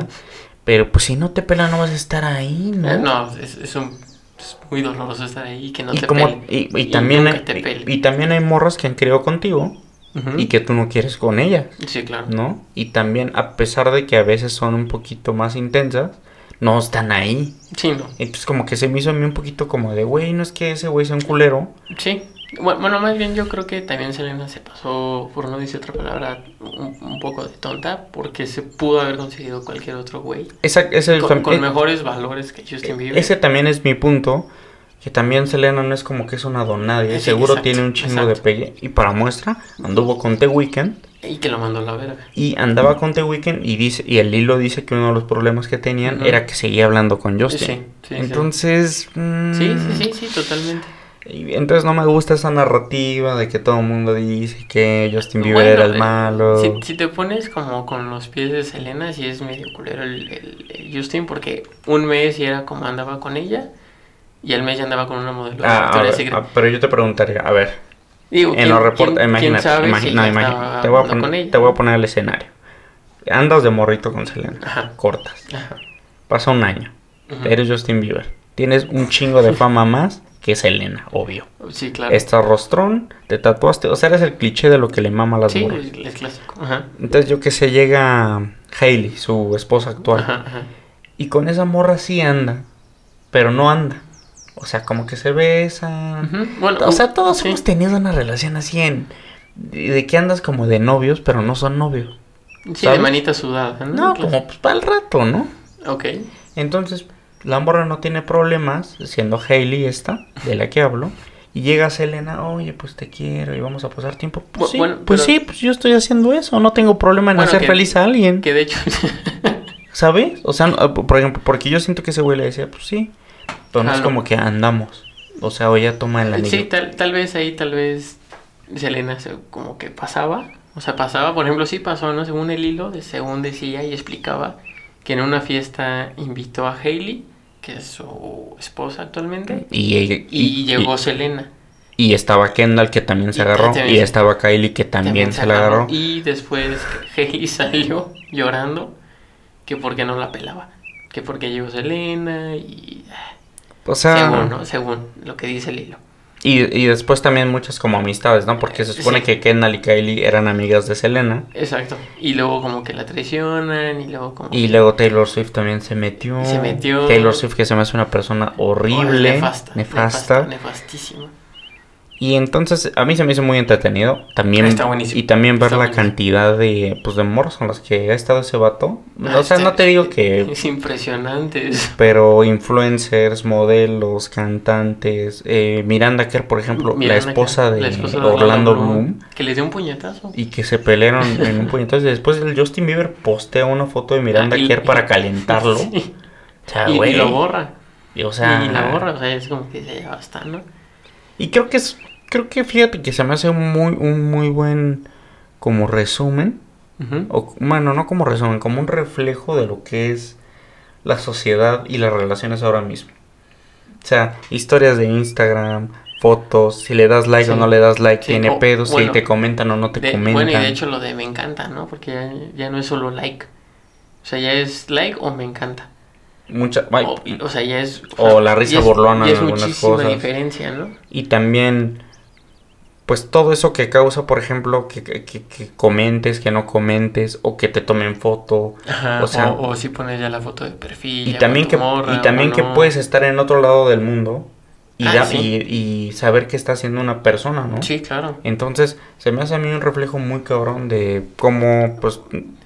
Speaker 5: pero pues si no te pela no vas a estar ahí, ¿no?
Speaker 4: "Eh, no, es, es un, es muy doloroso estar ahí y que no
Speaker 5: y,
Speaker 4: te
Speaker 5: como,
Speaker 4: pele.
Speaker 5: y, y también
Speaker 4: nunca
Speaker 5: hay,
Speaker 4: te pele.
Speaker 5: y, y también hay morras que han criado contigo
Speaker 4: Ujú.
Speaker 5: y que tú no quieres con ellas,
Speaker 4: Sí, claro.
Speaker 5: ¿no? Y también, a pesar de que a veces son un poquito más intensas, no están ahí.
Speaker 4: Sí, no.
Speaker 5: Entonces como que se me hizo a mí un poquito como de, güey, no es que ese güey sea un culero,
Speaker 4: Sí, Bueno, bueno, más bien yo creo que también Selena se pasó, por no decir otra palabra, un, un poco de tonta, porque se pudo haber conseguido cualquier otro güey.
Speaker 5: Esa- ese,
Speaker 4: Con,
Speaker 5: tam-
Speaker 4: con
Speaker 5: eh,
Speaker 4: mejores valores que Justin Bieber.
Speaker 5: e- ese también es mi punto. Que también Selena no es como que es una donadie.
Speaker 4: Sí,
Speaker 5: seguro
Speaker 4: exacto,
Speaker 5: tiene un chingo de
Speaker 4: exacto.
Speaker 5: pegue. Y para muestra, anduvo con The Weeknd.
Speaker 4: Y que lo mandó a la verga.
Speaker 5: Y andaba con The Weeknd y, dice, y el hilo dice que uno de los problemas que tenían
Speaker 4: Ujú.
Speaker 5: era que seguía hablando con Justin.
Speaker 4: Sí, sí, sí.
Speaker 5: entonces... mm,
Speaker 4: Sí, sí, sí, sí, totalmente.
Speaker 5: y entonces no me gusta esa narrativa de que todo el mundo dice que Justin Bieber
Speaker 4: Bueno,
Speaker 5: era el
Speaker 4: eh,
Speaker 5: malo.
Speaker 4: Si, si te pones como con los pies de Selena, sí es medio culero el, el- el Justin, porque un mes ya era como andaba con ella y al mes ya andaba con una modelo. de
Speaker 5: Ah, a
Speaker 4: Victoria's
Speaker 5: ver,
Speaker 4: Secret.
Speaker 5: ah, pero yo te preguntaría, a ver,
Speaker 4: Digo,
Speaker 5: en
Speaker 4: ¿quién-
Speaker 5: los reportes,
Speaker 4: quién-
Speaker 5: imagínate,
Speaker 4: quién sabe
Speaker 5: imagi-
Speaker 4: si
Speaker 5: no,
Speaker 4: ya
Speaker 5: imagi-
Speaker 4: estaba
Speaker 5: te, voy a
Speaker 4: andando
Speaker 5: poner,
Speaker 4: con ella?
Speaker 5: te voy a poner el escenario. Andas de morrito con Selena,
Speaker 4: Ajá.
Speaker 5: cortas,
Speaker 4: Ajá.
Speaker 5: pasa un año,
Speaker 4: Ujú.
Speaker 5: eres Justin Bieber, tienes un chingo de fama más que Selena, obvio.
Speaker 4: Sí, claro.
Speaker 5: Estás rostrón, te tatuaste, o sea, eres el cliché de lo que le mama a las
Speaker 4: sí,
Speaker 5: morras.
Speaker 4: es, es clásico. Ajá.
Speaker 5: Entonces yo que sé, llega Hailey, su esposa actual,
Speaker 4: Ajá, ajá.
Speaker 5: y con esa morra sí anda, pero no anda. O sea, como que se besan,
Speaker 4: Ujú. Bueno,
Speaker 5: o sea, todos
Speaker 4: sí.
Speaker 5: hemos tenido una relación así en... De de que andas como de novios, pero no son novios.
Speaker 4: Sí, de
Speaker 5: ¿sabes?
Speaker 4: manita sudada.
Speaker 5: No, como pues para el rato, ¿no?
Speaker 4: Ok.
Speaker 5: Entonces, la morra no tiene problemas, siendo Hailey esta, de la que hablo. Y llega Selena, oye, pues te quiero y vamos a pasar tiempo. Pues,
Speaker 4: Bu-
Speaker 5: sí,
Speaker 4: bueno,
Speaker 5: pues
Speaker 4: pero-
Speaker 5: sí, pues yo estoy haciendo eso, no tengo problema en
Speaker 4: Bueno,
Speaker 5: hacer
Speaker 4: que-
Speaker 5: feliz a alguien,
Speaker 4: Que de hecho.
Speaker 5: ¿sabes? O sea, no, ah, por ejemplo, porque yo siento que ese güey le decía, pues sí, pero no
Speaker 4: Ah,
Speaker 5: es
Speaker 4: no.
Speaker 5: como que andamos. O sea, o ella toma el anillo.
Speaker 4: sí, tal, tal vez ahí, tal vez Selena se, como que pasaba. O sea, pasaba, por ejemplo, sí pasó, ¿no? Según el hilo, de, según decía y explicaba que en una fiesta invitó a Hailey, que es su esposa actualmente,
Speaker 5: y, ella-
Speaker 4: y,
Speaker 5: y-
Speaker 4: llegó Selena.
Speaker 5: Y estaba Kendall que también se
Speaker 4: Y
Speaker 5: agarró.
Speaker 4: también-
Speaker 5: Y estaba Kylie que también, se la agarró.
Speaker 4: Y después Hailey salió llorando que porque no la pelaba. Que porque llegó Selena y...
Speaker 5: O sea,
Speaker 4: Según, ¿no? Según lo que dice el hilo.
Speaker 5: y, y después también muchas como amistades, ¿no? Porque se supone
Speaker 4: Sí.
Speaker 5: que Kendall y Kylie eran amigas de Selena.
Speaker 4: Exacto. Y luego como que la traicionan y luego como...
Speaker 5: Y luego Taylor Swift también se metió.
Speaker 4: Se metió.
Speaker 5: Taylor Swift que se me hace una persona horrible.
Speaker 4: Oh, Nefasta.
Speaker 5: nefasta.
Speaker 4: Nefastísima.
Speaker 5: Y entonces a mí se me hizo muy entretenido. También,
Speaker 4: Está buenísimo.
Speaker 5: Y también ver
Speaker 4: Está
Speaker 5: la
Speaker 4: buenísimo.
Speaker 5: cantidad de, pues, de morros con los que ha estado ese vato.
Speaker 4: Ah,
Speaker 5: o sea,
Speaker 4: está-
Speaker 5: no te digo que
Speaker 4: Es impresionante. eso.
Speaker 5: pero influencers, modelos, cantantes. eh, Miranda Kerr, por ejemplo,
Speaker 4: Miran acá,
Speaker 5: la esposa de
Speaker 4: la esposa
Speaker 5: Orlando Bloom.
Speaker 4: Que les dio un puñetazo.
Speaker 5: Y que se pelearon en un puñetazo. Entonces, después el Justin Bieber postea una foto de Miranda
Speaker 4: Ah, y-
Speaker 5: Kerr para calentarlo.
Speaker 4: Sí.
Speaker 5: O sea,
Speaker 4: y, y
Speaker 5: güey.
Speaker 4: lo borra.
Speaker 5: y, o sea,
Speaker 4: y la borra. O sea, es como que ya basta, ¿no?
Speaker 5: y creo que es. Creo que fíjate que se me hace un muy, un muy buen como resumen.
Speaker 4: Ujú.
Speaker 5: O, bueno, no como resumen, como un reflejo de lo que es la sociedad y las relaciones ahora mismo. O sea, historias de Instagram, fotos, si le das like o
Speaker 4: Sí.
Speaker 5: no le das like,
Speaker 4: Sí,
Speaker 5: tiene
Speaker 4: o-
Speaker 5: pedos,
Speaker 4: bueno,
Speaker 5: si te comentan o no te
Speaker 4: De-
Speaker 5: comentan.
Speaker 4: bueno, y de hecho lo de me encanta, ¿no? Porque ya, ya no es solo like. O sea, ya es like o me encanta.
Speaker 5: Mucha- ay,
Speaker 4: O, y- o sea, ya es.
Speaker 5: O la risa
Speaker 4: ya es-
Speaker 5: burlona
Speaker 4: ya
Speaker 5: en
Speaker 4: es
Speaker 5: algunas
Speaker 4: muchísima
Speaker 5: cosas.
Speaker 4: diferencia, ¿no?
Speaker 5: Y también, pues todo eso que causa, por ejemplo, que, que- que- que comentes, que no comentes, o que te tomen foto.
Speaker 4: Ajá, o,
Speaker 5: o sea,
Speaker 4: o si pones ya la foto de perfil.
Speaker 5: y
Speaker 4: ya
Speaker 5: también,
Speaker 4: con
Speaker 5: que,
Speaker 4: tu morra,
Speaker 5: y también
Speaker 4: o
Speaker 5: que
Speaker 4: no.
Speaker 5: puedes estar en otro lado del mundo y,
Speaker 4: Ah,
Speaker 5: da-
Speaker 4: sí.
Speaker 5: y, y saber qué está haciendo una persona, ¿no?
Speaker 4: Sí, claro.
Speaker 5: Entonces, se me hace a mí un reflejo muy cabrón de cómo, pues,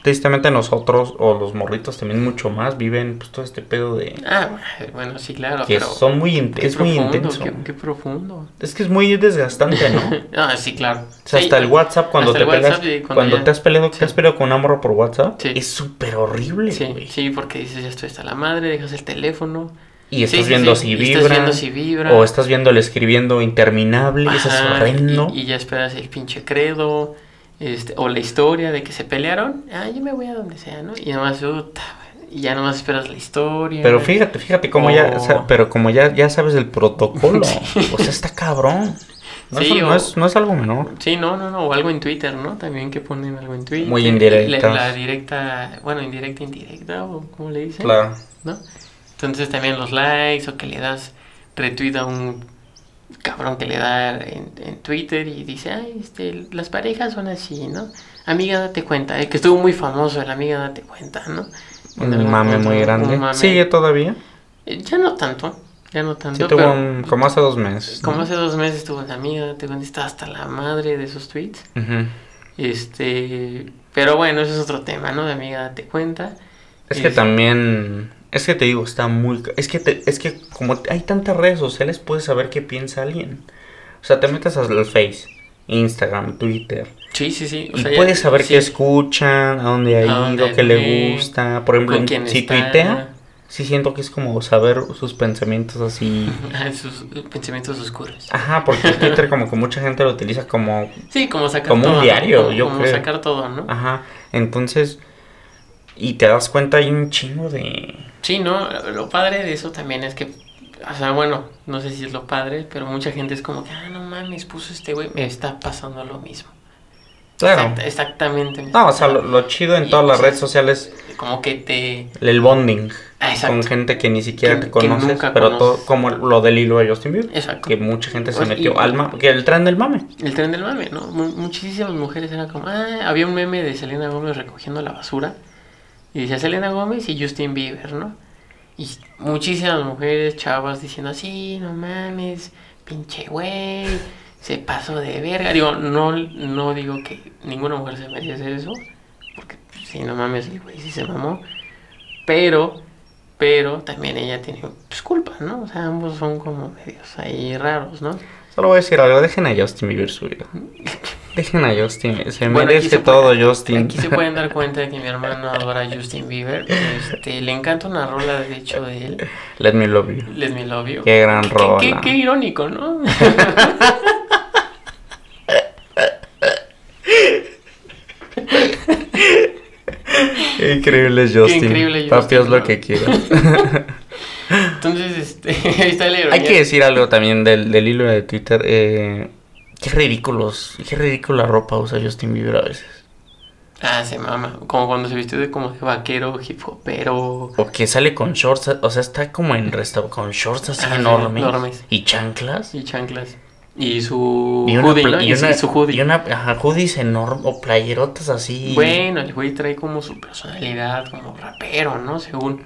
Speaker 5: tristemente nosotros o los morritos también mucho más viven, pues, todo este pedo de...
Speaker 4: Ah, bueno, sí, claro.
Speaker 5: que
Speaker 4: Ah, pero
Speaker 5: son muy... in-
Speaker 4: qué
Speaker 5: es muy
Speaker 4: profundo,
Speaker 5: intenso.
Speaker 4: Qué, qué profundo.
Speaker 5: Es que es muy desgastante, ¿no? O
Speaker 4: Ah, sí, claro.
Speaker 5: sea,
Speaker 4: Sí,
Speaker 5: hasta el WhatsApp cuando
Speaker 4: hasta
Speaker 5: te
Speaker 4: el
Speaker 5: pegas,
Speaker 4: WhatsApp y cuando
Speaker 5: cuando,
Speaker 4: ya-
Speaker 5: te has peleado,
Speaker 4: sí.
Speaker 5: te has peleado con un amor por WhatsApp,
Speaker 4: Sí.
Speaker 5: es súper horrible,
Speaker 4: Sí,
Speaker 5: güey.
Speaker 4: sí, porque dices, ya estoy hasta la madre, dejas el teléfono.
Speaker 5: Y estás
Speaker 4: Sí, sí,
Speaker 5: viendo
Speaker 4: sí,
Speaker 5: si
Speaker 4: y
Speaker 5: vibra.
Speaker 4: Estás viendo si vibra.
Speaker 5: O estás viendo el escribiendo interminable, eso es
Speaker 4: Ajá,
Speaker 5: horrendo.
Speaker 4: Y, y ya esperas el pinche credo. Este, o la historia de que se pelearon. Ah, yo me voy a donde sea, ¿no? Y nomás, puta, y ya nomás esperas la historia.
Speaker 5: Pero fíjate, fíjate cómo ya, o sea,
Speaker 4: O-
Speaker 5: pero como ya, ya sabes el protocolo, o sea, está cabrón. No,
Speaker 4: Sí,
Speaker 5: es,
Speaker 4: o-
Speaker 5: no, es, no es algo menor.
Speaker 4: Sí, no, no, no, o algo en Twitter, ¿no? También que ponen algo en Twitter.
Speaker 5: Muy
Speaker 4: Y la-
Speaker 5: indirectas.
Speaker 4: La, directa, bueno, indirecta, indirecta, o como le dicen,
Speaker 5: Claro.
Speaker 4: ¿no? Entonces también los likes o que le das retweet a un cabrón que le da en, en Twitter y dice, ay, este, las parejas son así, ¿no? Amiga, date cuenta, el que estuvo muy famoso, el amiga, date cuenta, ¿no?
Speaker 5: Un mame muy grande.
Speaker 4: Un mame.
Speaker 5: Sigue todavía.
Speaker 4: Eh, Ya no tanto. Ya no tanto,
Speaker 5: Sí, tuvo
Speaker 4: pero
Speaker 5: un- como hace dos meses. ¿no?
Speaker 4: como hace dos meses estuvo en la mía, te contestaba hasta la madre de sus tweets.
Speaker 5: Ujú.
Speaker 4: Este, pero bueno, eso es otro tema, ¿no? De amiga, date cuenta. Este,
Speaker 5: Es que
Speaker 4: Es-
Speaker 5: también, es que te digo, está muy... ca- Es que, te- es que como hay tantas redes sociales, puedes saber qué piensa alguien. O sea, te metes al Face, Instagram, Twitter.
Speaker 4: Sí, sí, sí. o
Speaker 5: y
Speaker 4: sea, ya-
Speaker 5: puedes saber
Speaker 4: sí,
Speaker 5: qué escuchan, a dónde ha
Speaker 4: A
Speaker 5: ido,
Speaker 4: dónde
Speaker 5: qué
Speaker 4: ve,
Speaker 5: le gusta. Por ejemplo,
Speaker 4: con
Speaker 5: en-
Speaker 4: quién
Speaker 5: si
Speaker 4: está.
Speaker 5: tuitea, sí siento que es como saber sus pensamientos así.
Speaker 4: Sus pensamientos oscuros.
Speaker 5: Ajá, porque Twitter como que mucha gente lo utiliza como
Speaker 4: Sí, como sacar
Speaker 5: Como un
Speaker 4: todo. ¿no?
Speaker 5: diario,
Speaker 4: como,
Speaker 5: yo
Speaker 4: como
Speaker 5: creo. Ah.
Speaker 4: sacar todo, ¿no?
Speaker 5: Ajá, entonces, y te das cuenta, hay un chingo de...
Speaker 4: Sí, ¿no? Lo padre de eso también es que, o sea, bueno, no sé si es lo padre, pero mucha gente es como que, ah, no mames, puso este güey, me está pasando lo mismo.
Speaker 5: Claro.
Speaker 4: Exacta- exactamente. me
Speaker 5: No, o
Speaker 4: está
Speaker 5: sea, lo,
Speaker 4: pasando.
Speaker 5: lo chido en
Speaker 4: Y,
Speaker 5: todas
Speaker 4: o
Speaker 5: las
Speaker 4: sea,
Speaker 5: redes sociales
Speaker 4: Como que te...
Speaker 5: el bonding
Speaker 4: Ah, exacto.
Speaker 5: con gente que ni siquiera
Speaker 4: Que-
Speaker 5: te
Speaker 4: que
Speaker 5: conoces,
Speaker 4: nunca
Speaker 5: pero todo
Speaker 4: conoces.
Speaker 5: como lo del hilo de Justin Bieber,
Speaker 4: Exacto.
Speaker 5: que mucha gente se
Speaker 4: Pues,
Speaker 5: metió
Speaker 4: y-
Speaker 5: al mame, que el tren del mame.
Speaker 4: El tren del mame, ¿no? Mu- muchísimas mujeres eran como, ah, había un meme de Selena Gómez recogiendo la basura. Y decía Selena Gómez y Justin Bieber, ¿no? Y muchísimas mujeres, chavas, diciendo, sí, no mames, pinche güey, se pasó de verga. Digo, no, no digo que ninguna mujer se merece eso, porque pues, sí, no mames, el güey sí se mamó. Pero, pero también ella tiene pues, culpa, ¿no? O sea, ambos son como medios ahí raros, ¿no?
Speaker 5: Solo voy a decir algo, dejen a Justin Bieber su vida. Dejen a Justin, se
Speaker 4: Bueno, aquí
Speaker 5: merece
Speaker 4: se
Speaker 5: todo
Speaker 4: puede-
Speaker 5: Justin.
Speaker 4: Aquí se pueden dar cuenta de que mi hermano adora a Justin Bieber. Este, le encanta una rola, de hecho, de él.
Speaker 5: Let me love you.
Speaker 4: Let Me Love You.
Speaker 5: Qué gran rola.
Speaker 4: Qué, qué irónico, ¿no?
Speaker 5: Qué increíble es Justin.
Speaker 4: increíble
Speaker 5: Papi,
Speaker 4: Justin,
Speaker 5: haz lo
Speaker 4: ¿no?
Speaker 5: que quiera.
Speaker 4: Entonces, este, ahí está la ironía.
Speaker 5: Hay que decir algo también del, del hilo de Twitter. eh, qué ridículos, qué ridícula ropa usa Justin Bieber a veces.
Speaker 4: Ah, se mama. Como cuando se vistió de como de vaquero, hip hopero.
Speaker 5: O que sale con shorts, o sea, está como en restaurante con shorts así
Speaker 4: Ajá,
Speaker 5: enormes,
Speaker 4: enormes.
Speaker 5: y chanclas
Speaker 4: Y chanclas. Y su
Speaker 5: y una,
Speaker 4: hoodie,
Speaker 5: pla-
Speaker 4: ¿no?
Speaker 5: y
Speaker 4: Y,
Speaker 5: una-
Speaker 4: su hoodie.
Speaker 5: y una- ajá, hoodies enormes o playerotas así.
Speaker 4: Bueno, el güey trae como su personalidad, como rapero, ¿no? Según.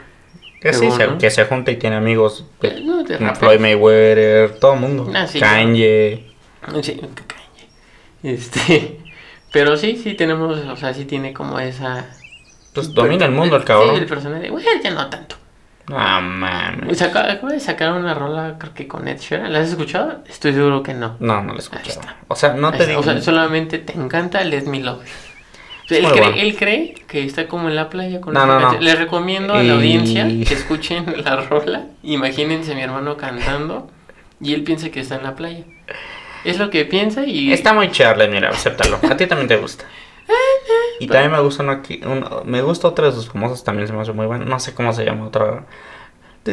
Speaker 5: que, sí,
Speaker 4: según,
Speaker 5: se,
Speaker 4: ¿no?
Speaker 5: que se junta y tiene amigos.
Speaker 4: Eh, no, de
Speaker 5: como
Speaker 4: rapero.
Speaker 5: Floyd Mayweather, todo el mundo.
Speaker 4: Ah, sí,
Speaker 5: Kanye.
Speaker 4: Sí, que cañe. Este, pero sí, sí tenemos, o sea, sí tiene como esa...
Speaker 5: Pues domina el mundo el cabrón.
Speaker 4: Sí, el personaje, bueno, ya no tanto.
Speaker 5: Ah, mames.
Speaker 4: Saca- Acaba de sacar una rola, creo que con Ed Sheeran, ¿la has escuchado? Estoy seguro que no.
Speaker 5: No, no lo he
Speaker 4: Ahí
Speaker 5: escuchado.
Speaker 4: está.
Speaker 5: O sea, no te digo.
Speaker 4: O sea, solamente te encanta Let Me Love. You. O sea,
Speaker 5: Es
Speaker 4: él,
Speaker 5: muy
Speaker 4: cree,
Speaker 5: bueno.
Speaker 4: él cree que está como en la playa con
Speaker 5: No,
Speaker 4: esa
Speaker 5: no, no.
Speaker 4: canción. Les recomiendo a la
Speaker 5: Y-
Speaker 4: audiencia que escuchen la rola. Imagínense a mi hermano cantando y él piensa que está en la playa. Es lo que piensa y... Eh,
Speaker 5: Está muy charla, mira, acéptalo. A ti también te gusta. Y también me gusta una que- una- me gusta otra de sus famosas, también se me hace muy buena. No sé cómo se llama otra.
Speaker 2: Oh,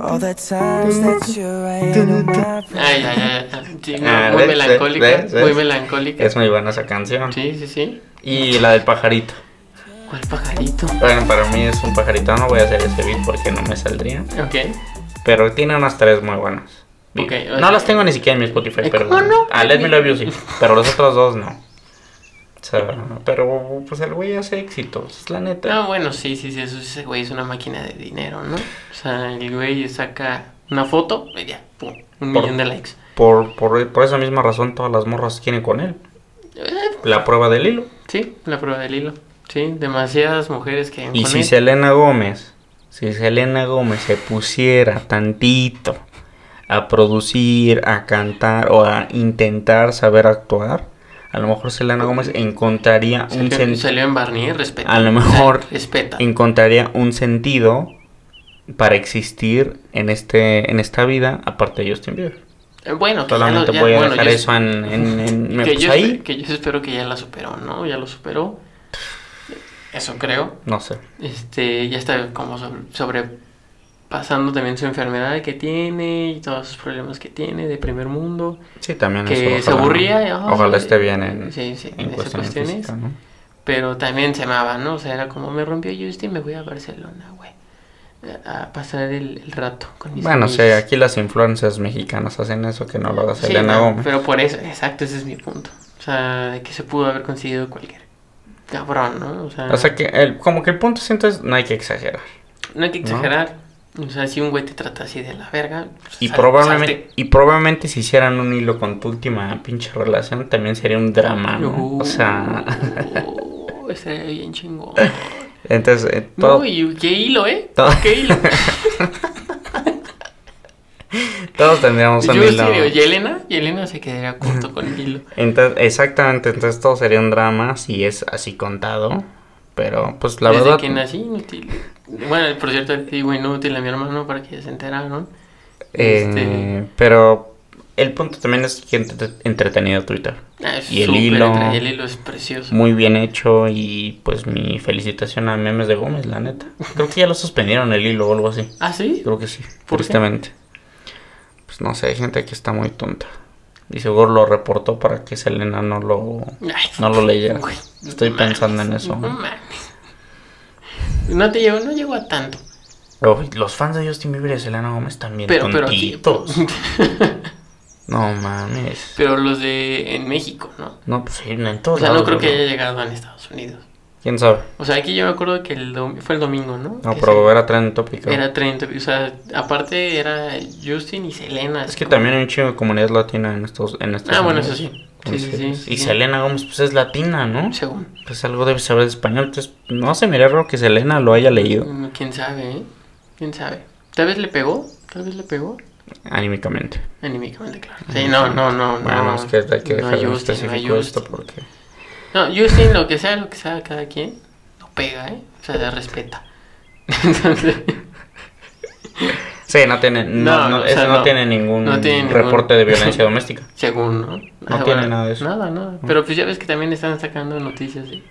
Speaker 6: All the times that you're in my
Speaker 4: Ay, ay, ay, ay. Sí, no,
Speaker 5: Ah,
Speaker 4: muy
Speaker 5: ¿ves?
Speaker 4: melancólica,
Speaker 5: ¿Ves? ¿Ves?
Speaker 4: muy melancólica.
Speaker 5: Es muy buena esa canción.
Speaker 4: Sí, sí, sí.
Speaker 5: Y la del pajarito.
Speaker 4: ¿Cuál pajarito?
Speaker 5: Bueno, para mí es un pajarito, no voy a hacer ese beat porque no me saldría.
Speaker 4: Ok.
Speaker 5: Pero tiene unas tres muy buenas.
Speaker 4: Ok, o
Speaker 5: no
Speaker 4: sea-
Speaker 5: las tengo ni siquiera en mi Spotify,
Speaker 4: Eh,
Speaker 5: pero.
Speaker 4: ¿cómo no?
Speaker 5: Ah, Let Me Love You sí, pero los otros dos no. O sea, pero pues el güey hace éxitos, la neta.
Speaker 4: Ah, bueno, sí, sí, sí, eso, ese güey es una máquina de dinero, ¿no? O sea, el güey saca una foto y ya, pum, un
Speaker 5: Por-
Speaker 4: millón de likes.
Speaker 5: Por, por, por esa misma razón todas las morras quieren con él.
Speaker 4: Eh,
Speaker 5: La prueba del hilo.
Speaker 4: sí, la prueba del hilo. Sí, demasiadas mujeres que
Speaker 5: Y
Speaker 4: con
Speaker 5: si
Speaker 4: él.
Speaker 5: Selena Gómez, si Selena Gómez se pusiera tantito a producir, a cantar o a intentar saber actuar, a lo mejor Selena Gómez encontraría un
Speaker 4: salió,
Speaker 5: sen-
Speaker 4: salió en Barney, respeta.
Speaker 5: A lo mejor-
Speaker 4: O sea, respeta.
Speaker 5: encontraría un sentido para existir en este en esta vida aparte de Justin Bieber.
Speaker 4: Eh, Bueno, que ya
Speaker 5: Solamente
Speaker 4: lo- ya-
Speaker 5: voy a
Speaker 4: bueno,
Speaker 5: dejar
Speaker 4: yo-
Speaker 5: eso en, en- en-
Speaker 4: que,
Speaker 5: pues
Speaker 4: yo
Speaker 5: ahí.
Speaker 4: espe- que yo espero que ya la superó, ¿no? Ya lo superó. Eso creo.
Speaker 5: No sé.
Speaker 4: Este, ya está como sobre, sobrepasando también su enfermedad que tiene y todos sus problemas que tiene de primer mundo.
Speaker 5: Sí, también eso,
Speaker 4: que se
Speaker 5: ojalá,
Speaker 4: aburría. y,
Speaker 5: ¿no?
Speaker 4: "Ah,
Speaker 5: Ojalá
Speaker 4: sí,
Speaker 5: esté bien en,
Speaker 4: sí, sí,
Speaker 5: en
Speaker 4: en esas
Speaker 5: cuestiones
Speaker 4: cuestiones.
Speaker 5: físicas, ¿no?
Speaker 4: Pero también se amaba, ¿no? O sea, era como me rompió Justin, me voy a Barcelona, güey. A a pasar el, el rato con mis
Speaker 5: Bueno,
Speaker 4: amigos".
Speaker 5: sí, aquí las influencias mexicanas hacen eso que no lo haga
Speaker 4: Sí,
Speaker 5: Selena
Speaker 4: no,
Speaker 5: Gómez.
Speaker 4: Pero por eso, exacto, ese es mi punto. O sea, de que se pudo haber conseguido cualquier cabrón, ¿no? O sea,
Speaker 5: O sea que el, como que el punto siento es no hay que exagerar.
Speaker 4: no hay que
Speaker 5: ¿no?
Speaker 4: exagerar. O sea, si un güey te trata así de la verga. pues,
Speaker 5: Y
Speaker 4: sal-
Speaker 5: probablemente,
Speaker 4: salte.
Speaker 5: y probablemente si hicieran un hilo con tu última pinche relación, también sería un drama, Ah, ¿no? O sea,
Speaker 4: Uh, estaría bien chingón.
Speaker 5: entonces, eh, todo,
Speaker 4: No, y qué hilo, ¿eh?
Speaker 5: Todo-
Speaker 4: Qué hilo.
Speaker 5: todos tendríamos un
Speaker 4: Yo
Speaker 5: hilo.
Speaker 4: serio, Yelena, Yelena se quedaría corto con el hilo.
Speaker 5: Entonces, exactamente, entonces todo sería un drama si es así contado, pero pues la
Speaker 4: Desde
Speaker 5: verdad...
Speaker 4: que nací, inútil. Bueno, por cierto, digo inútil a mi hermano para que se enteraron.
Speaker 5: Eh, Pero el punto también es que entre- entretenido Twitter.
Speaker 4: Ah, es
Speaker 5: Y el
Speaker 4: súper
Speaker 5: hilo.
Speaker 4: entre- el hilo es precioso.
Speaker 5: Muy bien hecho y pues mi felicitación a Memes de Gómez, la neta. Creo que ya lo suspendieron el hilo o algo así.
Speaker 4: ¿Ah, sí?
Speaker 5: Creo que sí,
Speaker 4: ¿Por qué?
Speaker 5: tristemente. Pues no sé, hay gente que está muy tonta. Y seguro lo reportó para que Selena no lo,
Speaker 4: Ay,
Speaker 5: no lo leyera.
Speaker 4: güey,
Speaker 5: Estoy
Speaker 4: no
Speaker 5: pensando en
Speaker 4: mames,
Speaker 5: eso.
Speaker 4: No mames. No te llevo, no llego a tanto.
Speaker 5: Uy, los fans de Justin Bieber y Selena Gómez también
Speaker 4: Pero, pero aquí.
Speaker 5: tontitos. No mames.
Speaker 4: Pero los de en México, ¿no?
Speaker 5: No, pues sí, en
Speaker 4: O
Speaker 5: todos
Speaker 4: sea, no
Speaker 5: lados,
Speaker 4: creo que
Speaker 5: güey.
Speaker 4: haya llegado en Estados Unidos.
Speaker 5: ¿Quién sabe?
Speaker 4: O sea, aquí yo me acuerdo que el dom- fue el domingo, ¿no?
Speaker 5: No,
Speaker 4: Que
Speaker 5: pero era trending topic. ¿no?
Speaker 4: se- Era 30. O sea, aparte era Justin y Selena.
Speaker 5: Es
Speaker 4: así
Speaker 5: que
Speaker 4: como-
Speaker 5: también hay un chingo de comunidad latina en estos en Estados
Speaker 4: Ah, bueno,
Speaker 5: Unidos.
Speaker 4: eso sí. Sí, sí, sí.
Speaker 5: Entonces, Y
Speaker 4: sí.
Speaker 5: Selena Gómez, pues es latina, ¿no?
Speaker 4: Según.
Speaker 5: Pues algo debe saber de español. Entonces, no se me haría raro que Selena lo haya leído
Speaker 4: Mm, ¿Quién sabe, eh? ¿Quién sabe? Tal vez le pegó. Tal vez le pegó.
Speaker 5: anímicamente.
Speaker 4: Anímicamente, claro. Sí, no, no, no.
Speaker 5: Bueno,
Speaker 4: no,
Speaker 5: es que hay que
Speaker 4: no
Speaker 5: dejar en
Speaker 4: Justin, no
Speaker 5: específico esto
Speaker 4: Justin.
Speaker 5: porque.
Speaker 4: No, Justin, lo que sea, lo que sea, cada quien, lo pega, ¿eh? O sea, se respeta. Entonces,
Speaker 5: Sí, no tiene, no,
Speaker 4: No,
Speaker 5: no,
Speaker 4: o
Speaker 5: eso
Speaker 4: sea,
Speaker 5: no,
Speaker 4: no.
Speaker 5: tiene ningún
Speaker 4: No tiene ningún-
Speaker 5: reporte de violencia doméstica.
Speaker 4: según, ¿no? Ah,
Speaker 5: No tiene nada de eso.
Speaker 4: Nada, nada. Pero pues ya ves que también están sacando noticias de,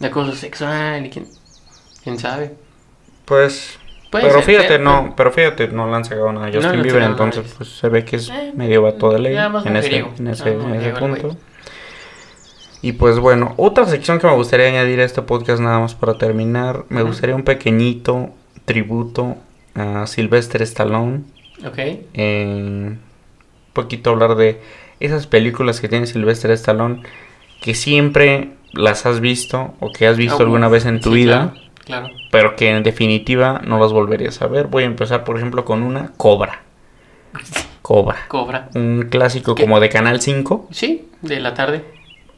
Speaker 4: de acoso sexual y quién, quién sabe.
Speaker 5: Pues.
Speaker 4: Puede
Speaker 5: pero
Speaker 4: ser,
Speaker 5: fíjate,
Speaker 4: pero-
Speaker 5: no, pero fíjate, no le han sacado nada a Justin
Speaker 4: le han
Speaker 5: Bieber,
Speaker 4: sacado
Speaker 5: entonces
Speaker 4: nada.
Speaker 5: pues se ve que es
Speaker 4: Eh,
Speaker 5: medio vato de ley
Speaker 4: nada más
Speaker 5: en ese, en
Speaker 4: mujeriego,
Speaker 5: ese,
Speaker 4: nada más
Speaker 5: en ese
Speaker 4: mujeriego el güey.
Speaker 5: punto. Y pues bueno, otra sección que me gustaría añadir a este podcast nada más para terminar, me
Speaker 4: Ujú.
Speaker 5: gustaría un pequeñito tributo a Sylvester Stallone,
Speaker 4: Ok.
Speaker 5: eh, un poquito hablar de esas películas que tiene Sylvester Stallone que siempre las has visto o que has visto
Speaker 4: Ah,
Speaker 5: alguna
Speaker 4: bueno.
Speaker 5: vez en tu
Speaker 4: Sí,
Speaker 5: vida
Speaker 4: Claro. claro.
Speaker 5: pero que en definitiva no las volverías a ver. Voy a empezar, por ejemplo, con una Cobra. Cobra.
Speaker 4: Cobra.
Speaker 5: Un clásico
Speaker 4: ¿Qué?
Speaker 5: como de Canal 5,
Speaker 4: Sí, de la tarde.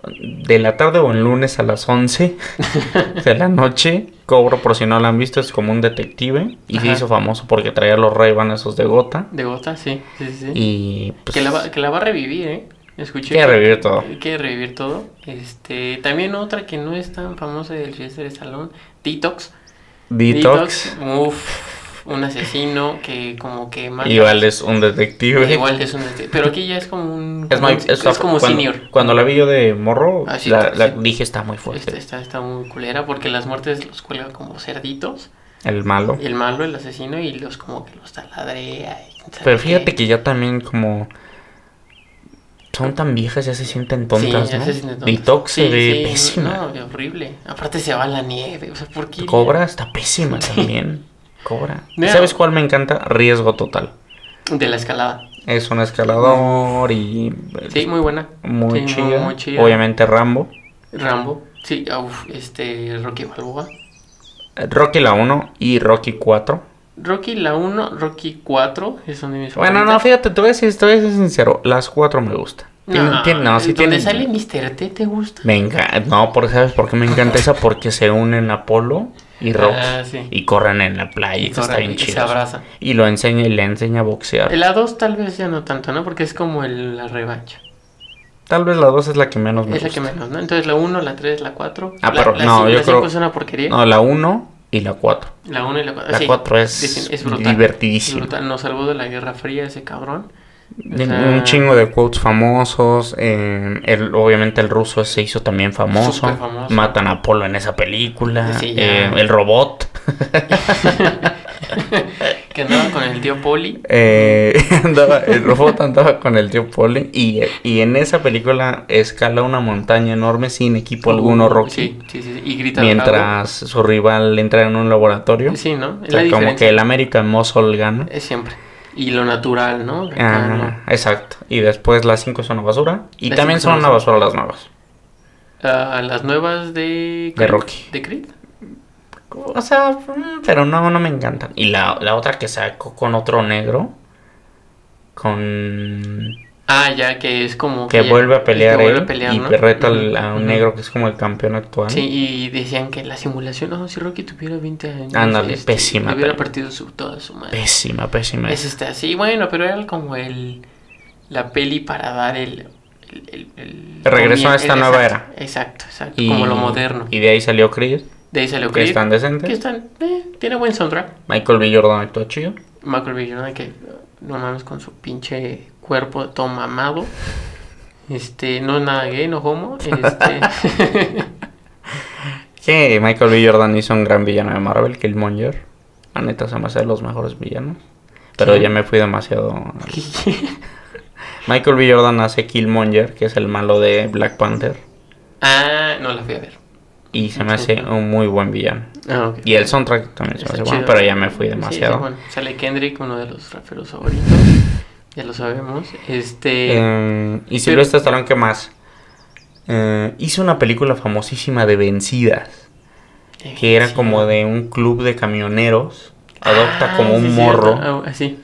Speaker 5: de la tarde o el lunes a las 11 de la noche. Cobra, por si no la han visto, es como un detective y se
Speaker 4: Ajá.
Speaker 5: hizo famoso porque traía los ray esos de gota.
Speaker 4: De gota, sí. Sí, sí, sí.
Speaker 5: Y pues,
Speaker 4: que, la va, que la va a revivir, ¿eh? Escuché.
Speaker 5: Quiere
Speaker 4: que- eh,
Speaker 5: revivir todo.
Speaker 4: Quiere revivir todo. Este, también otra que no es tan famosa del fiesta de salón, Detox.
Speaker 5: Detox.
Speaker 4: Uf, un asesino que como que mata.
Speaker 5: Igual es un detective.
Speaker 4: Igual es un asesino. Pero aquí ya es como un...
Speaker 5: Es, muy-
Speaker 4: es,
Speaker 5: es-
Speaker 4: como
Speaker 5: cuando,
Speaker 4: senior.
Speaker 5: Cuando la vi yo de morro,
Speaker 4: Ah, sí,
Speaker 5: la, la
Speaker 4: sí.
Speaker 5: dije está muy fuerte.
Speaker 4: Este, Esta, esta está muy culera porque las muertes los cuelga como cerditos.
Speaker 5: El malo.
Speaker 4: El malo, el asesino, y los como que los taladrea. y quién sabe
Speaker 5: Pero
Speaker 4: qué.
Speaker 5: fíjate que ya también como son tan viejas ya se sienten tontas,
Speaker 4: ya
Speaker 5: ¿no?
Speaker 4: se sienten tontas.
Speaker 5: Detox se
Speaker 4: Sí,
Speaker 5: ve
Speaker 4: sí,
Speaker 5: pésima.
Speaker 4: No, es horrible. Aparte se va a la nieve. O sea, ¿por qué?
Speaker 5: Cobra está pésima también. Cobra. ¿Y
Speaker 4: Mira.
Speaker 5: ¿Sabes cuál me encanta? Riesgo total.
Speaker 4: De la escalada.
Speaker 5: Es un escalador y
Speaker 4: Sí, muy buena.
Speaker 5: muy,
Speaker 4: Sí,
Speaker 5: chida.
Speaker 4: muy chida.
Speaker 5: Obviamente Rambo.
Speaker 4: Rambo. Sí, ah, uf, este, Rocky Balboa.
Speaker 5: Rocky la 1 y Rocky 4.
Speaker 4: Rocky la 1, Rocky 4 es donde mis
Speaker 5: Bueno, no,
Speaker 4: favoritas.
Speaker 5: fíjate, te voy a decir, te voy a ser sincero. Las 4 me gustan. Tienen- tienen- no, sí
Speaker 4: donde
Speaker 5: tienen-
Speaker 4: sale Mr. T, ¿te gusta?
Speaker 5: Me encanta, no, porque sabes por qué me encanta esa, porque se unen Apolo y Rocky
Speaker 4: Ah, sí.
Speaker 5: y corren en la playa, y
Speaker 4: Y corren
Speaker 5: está bien
Speaker 4: y se
Speaker 5: chido.
Speaker 4: abrazan.
Speaker 5: Y lo enseña y le enseña a boxear.
Speaker 4: La 2 tal vez ya no tanto, ¿no? Porque es como el, la revancha.
Speaker 5: Tal vez la 2 es la que menos me
Speaker 4: es la que
Speaker 5: gusta.
Speaker 4: menos, ¿no? Entonces la 1, la 3, la 4.
Speaker 5: Ah,
Speaker 4: la,
Speaker 5: pero
Speaker 4: la
Speaker 5: no,
Speaker 4: cin-
Speaker 5: yo
Speaker 4: la
Speaker 5: creo-
Speaker 4: es una porquería.
Speaker 5: No, la 1 y la 4.
Speaker 4: La 1 y la 4.
Speaker 5: La cuatro es divertidísima.
Speaker 4: Brutal. Nos salvó de la Guerra Fría ese cabrón. O sea,
Speaker 5: Un chingo de quotes famosos. eh, el- obviamente el ruso se hizo también famoso.
Speaker 4: Superfamoso.
Speaker 5: Matan a Apolo en esa película.
Speaker 4: Sí, ya.
Speaker 5: eh, el robot.
Speaker 4: Que andaba con el tío Poli.
Speaker 5: Eh, andaba- el robot andaba con el tío Poli y, y en esa película escala una montaña enorme sin equipo alguno Rocky
Speaker 4: Oh, Sí, sí, sí. sí, Y grita bravo.
Speaker 5: mientras su rival entra en un laboratorio.
Speaker 4: Sí, ¿no? Es
Speaker 5: O sea, como
Speaker 4: la
Speaker 5: que
Speaker 4: diferencia.
Speaker 5: el American Muscle gana.
Speaker 4: Es siempre. Y lo natural, ¿no? Acá
Speaker 5: Ah,
Speaker 4: no.
Speaker 5: exacto. Y después las 5 son una basura. Y
Speaker 4: Las
Speaker 5: también
Speaker 4: cinco
Speaker 5: son
Speaker 4: son
Speaker 5: una basura las nuevas.
Speaker 4: Ah, las nuevas de...
Speaker 5: De Rocky.
Speaker 4: ¿De Creed?
Speaker 5: O sea, mm, pero no, no me encantan. Y la, la otra que sacó con otro negro, con...
Speaker 4: Ah, ya que es como
Speaker 5: que
Speaker 4: ya-
Speaker 5: vuelve a
Speaker 4: que
Speaker 5: pelear
Speaker 4: vuelve
Speaker 5: él
Speaker 4: a pelear,
Speaker 5: y
Speaker 4: ¿no?
Speaker 5: reta al- a un
Speaker 4: Ujú.
Speaker 5: negro que es como el campeón actual.
Speaker 4: Sí, y decían que la simulación, no, si Rocky tuviera 20 años, este,
Speaker 5: Ándale, pésima,
Speaker 4: le hubiera
Speaker 5: pero-
Speaker 4: partido su, toda su madre.
Speaker 5: Pésima, pésima.
Speaker 4: Es este así, bueno, pero era como el la peli para dar el, el, el- el-
Speaker 5: El regreso a
Speaker 4: comie-
Speaker 5: esta
Speaker 4: el-
Speaker 5: nueva
Speaker 4: exacto, Exacto, exacto, como lo moderno.
Speaker 5: Y de ahí salió Creed,
Speaker 4: de ahí salió
Speaker 5: que
Speaker 4: Creed,
Speaker 5: están decentes.
Speaker 4: que están, eh, tiene buen soundtrack.
Speaker 5: Michael B. Jordan actuó chido.
Speaker 4: Michael B. Jordan, que no mames con su pinche cuerpo todo mamado. Este, no es nada gay, no homo. Este,
Speaker 5: Que Michael B. Jordan hizo un gran villano de Marvel, Killmonger. La neta se me hace de los mejores villanos. Pero
Speaker 4: Sí.
Speaker 5: ya me fui demasiado. Michael B. Jordan hace Killmonger, que es el malo de Black Panther.
Speaker 4: ah, no la fui a ver.
Speaker 5: Y se me
Speaker 4: Sí.
Speaker 5: hace un muy buen villano.
Speaker 4: Ah, ok.
Speaker 5: Y el soundtrack también se me
Speaker 4: Está
Speaker 5: hace bueno,
Speaker 4: chido.
Speaker 5: pero ya me fui
Speaker 4: Sí, sí,
Speaker 5: demasiado.
Speaker 4: bueno. Sale Kendrick, uno de los raperos favoritos. Ya lo sabemos. Este.
Speaker 5: Eh, y Silvestre Stallone, ¿qué más? Eh, hizo una película famosísima de vencidas, que era
Speaker 4: sí.
Speaker 5: como de un club de camioneros, adopta
Speaker 4: Ah,
Speaker 5: como
Speaker 4: sí,
Speaker 5: un
Speaker 4: sí,
Speaker 5: morro
Speaker 4: adopta- ah, sí.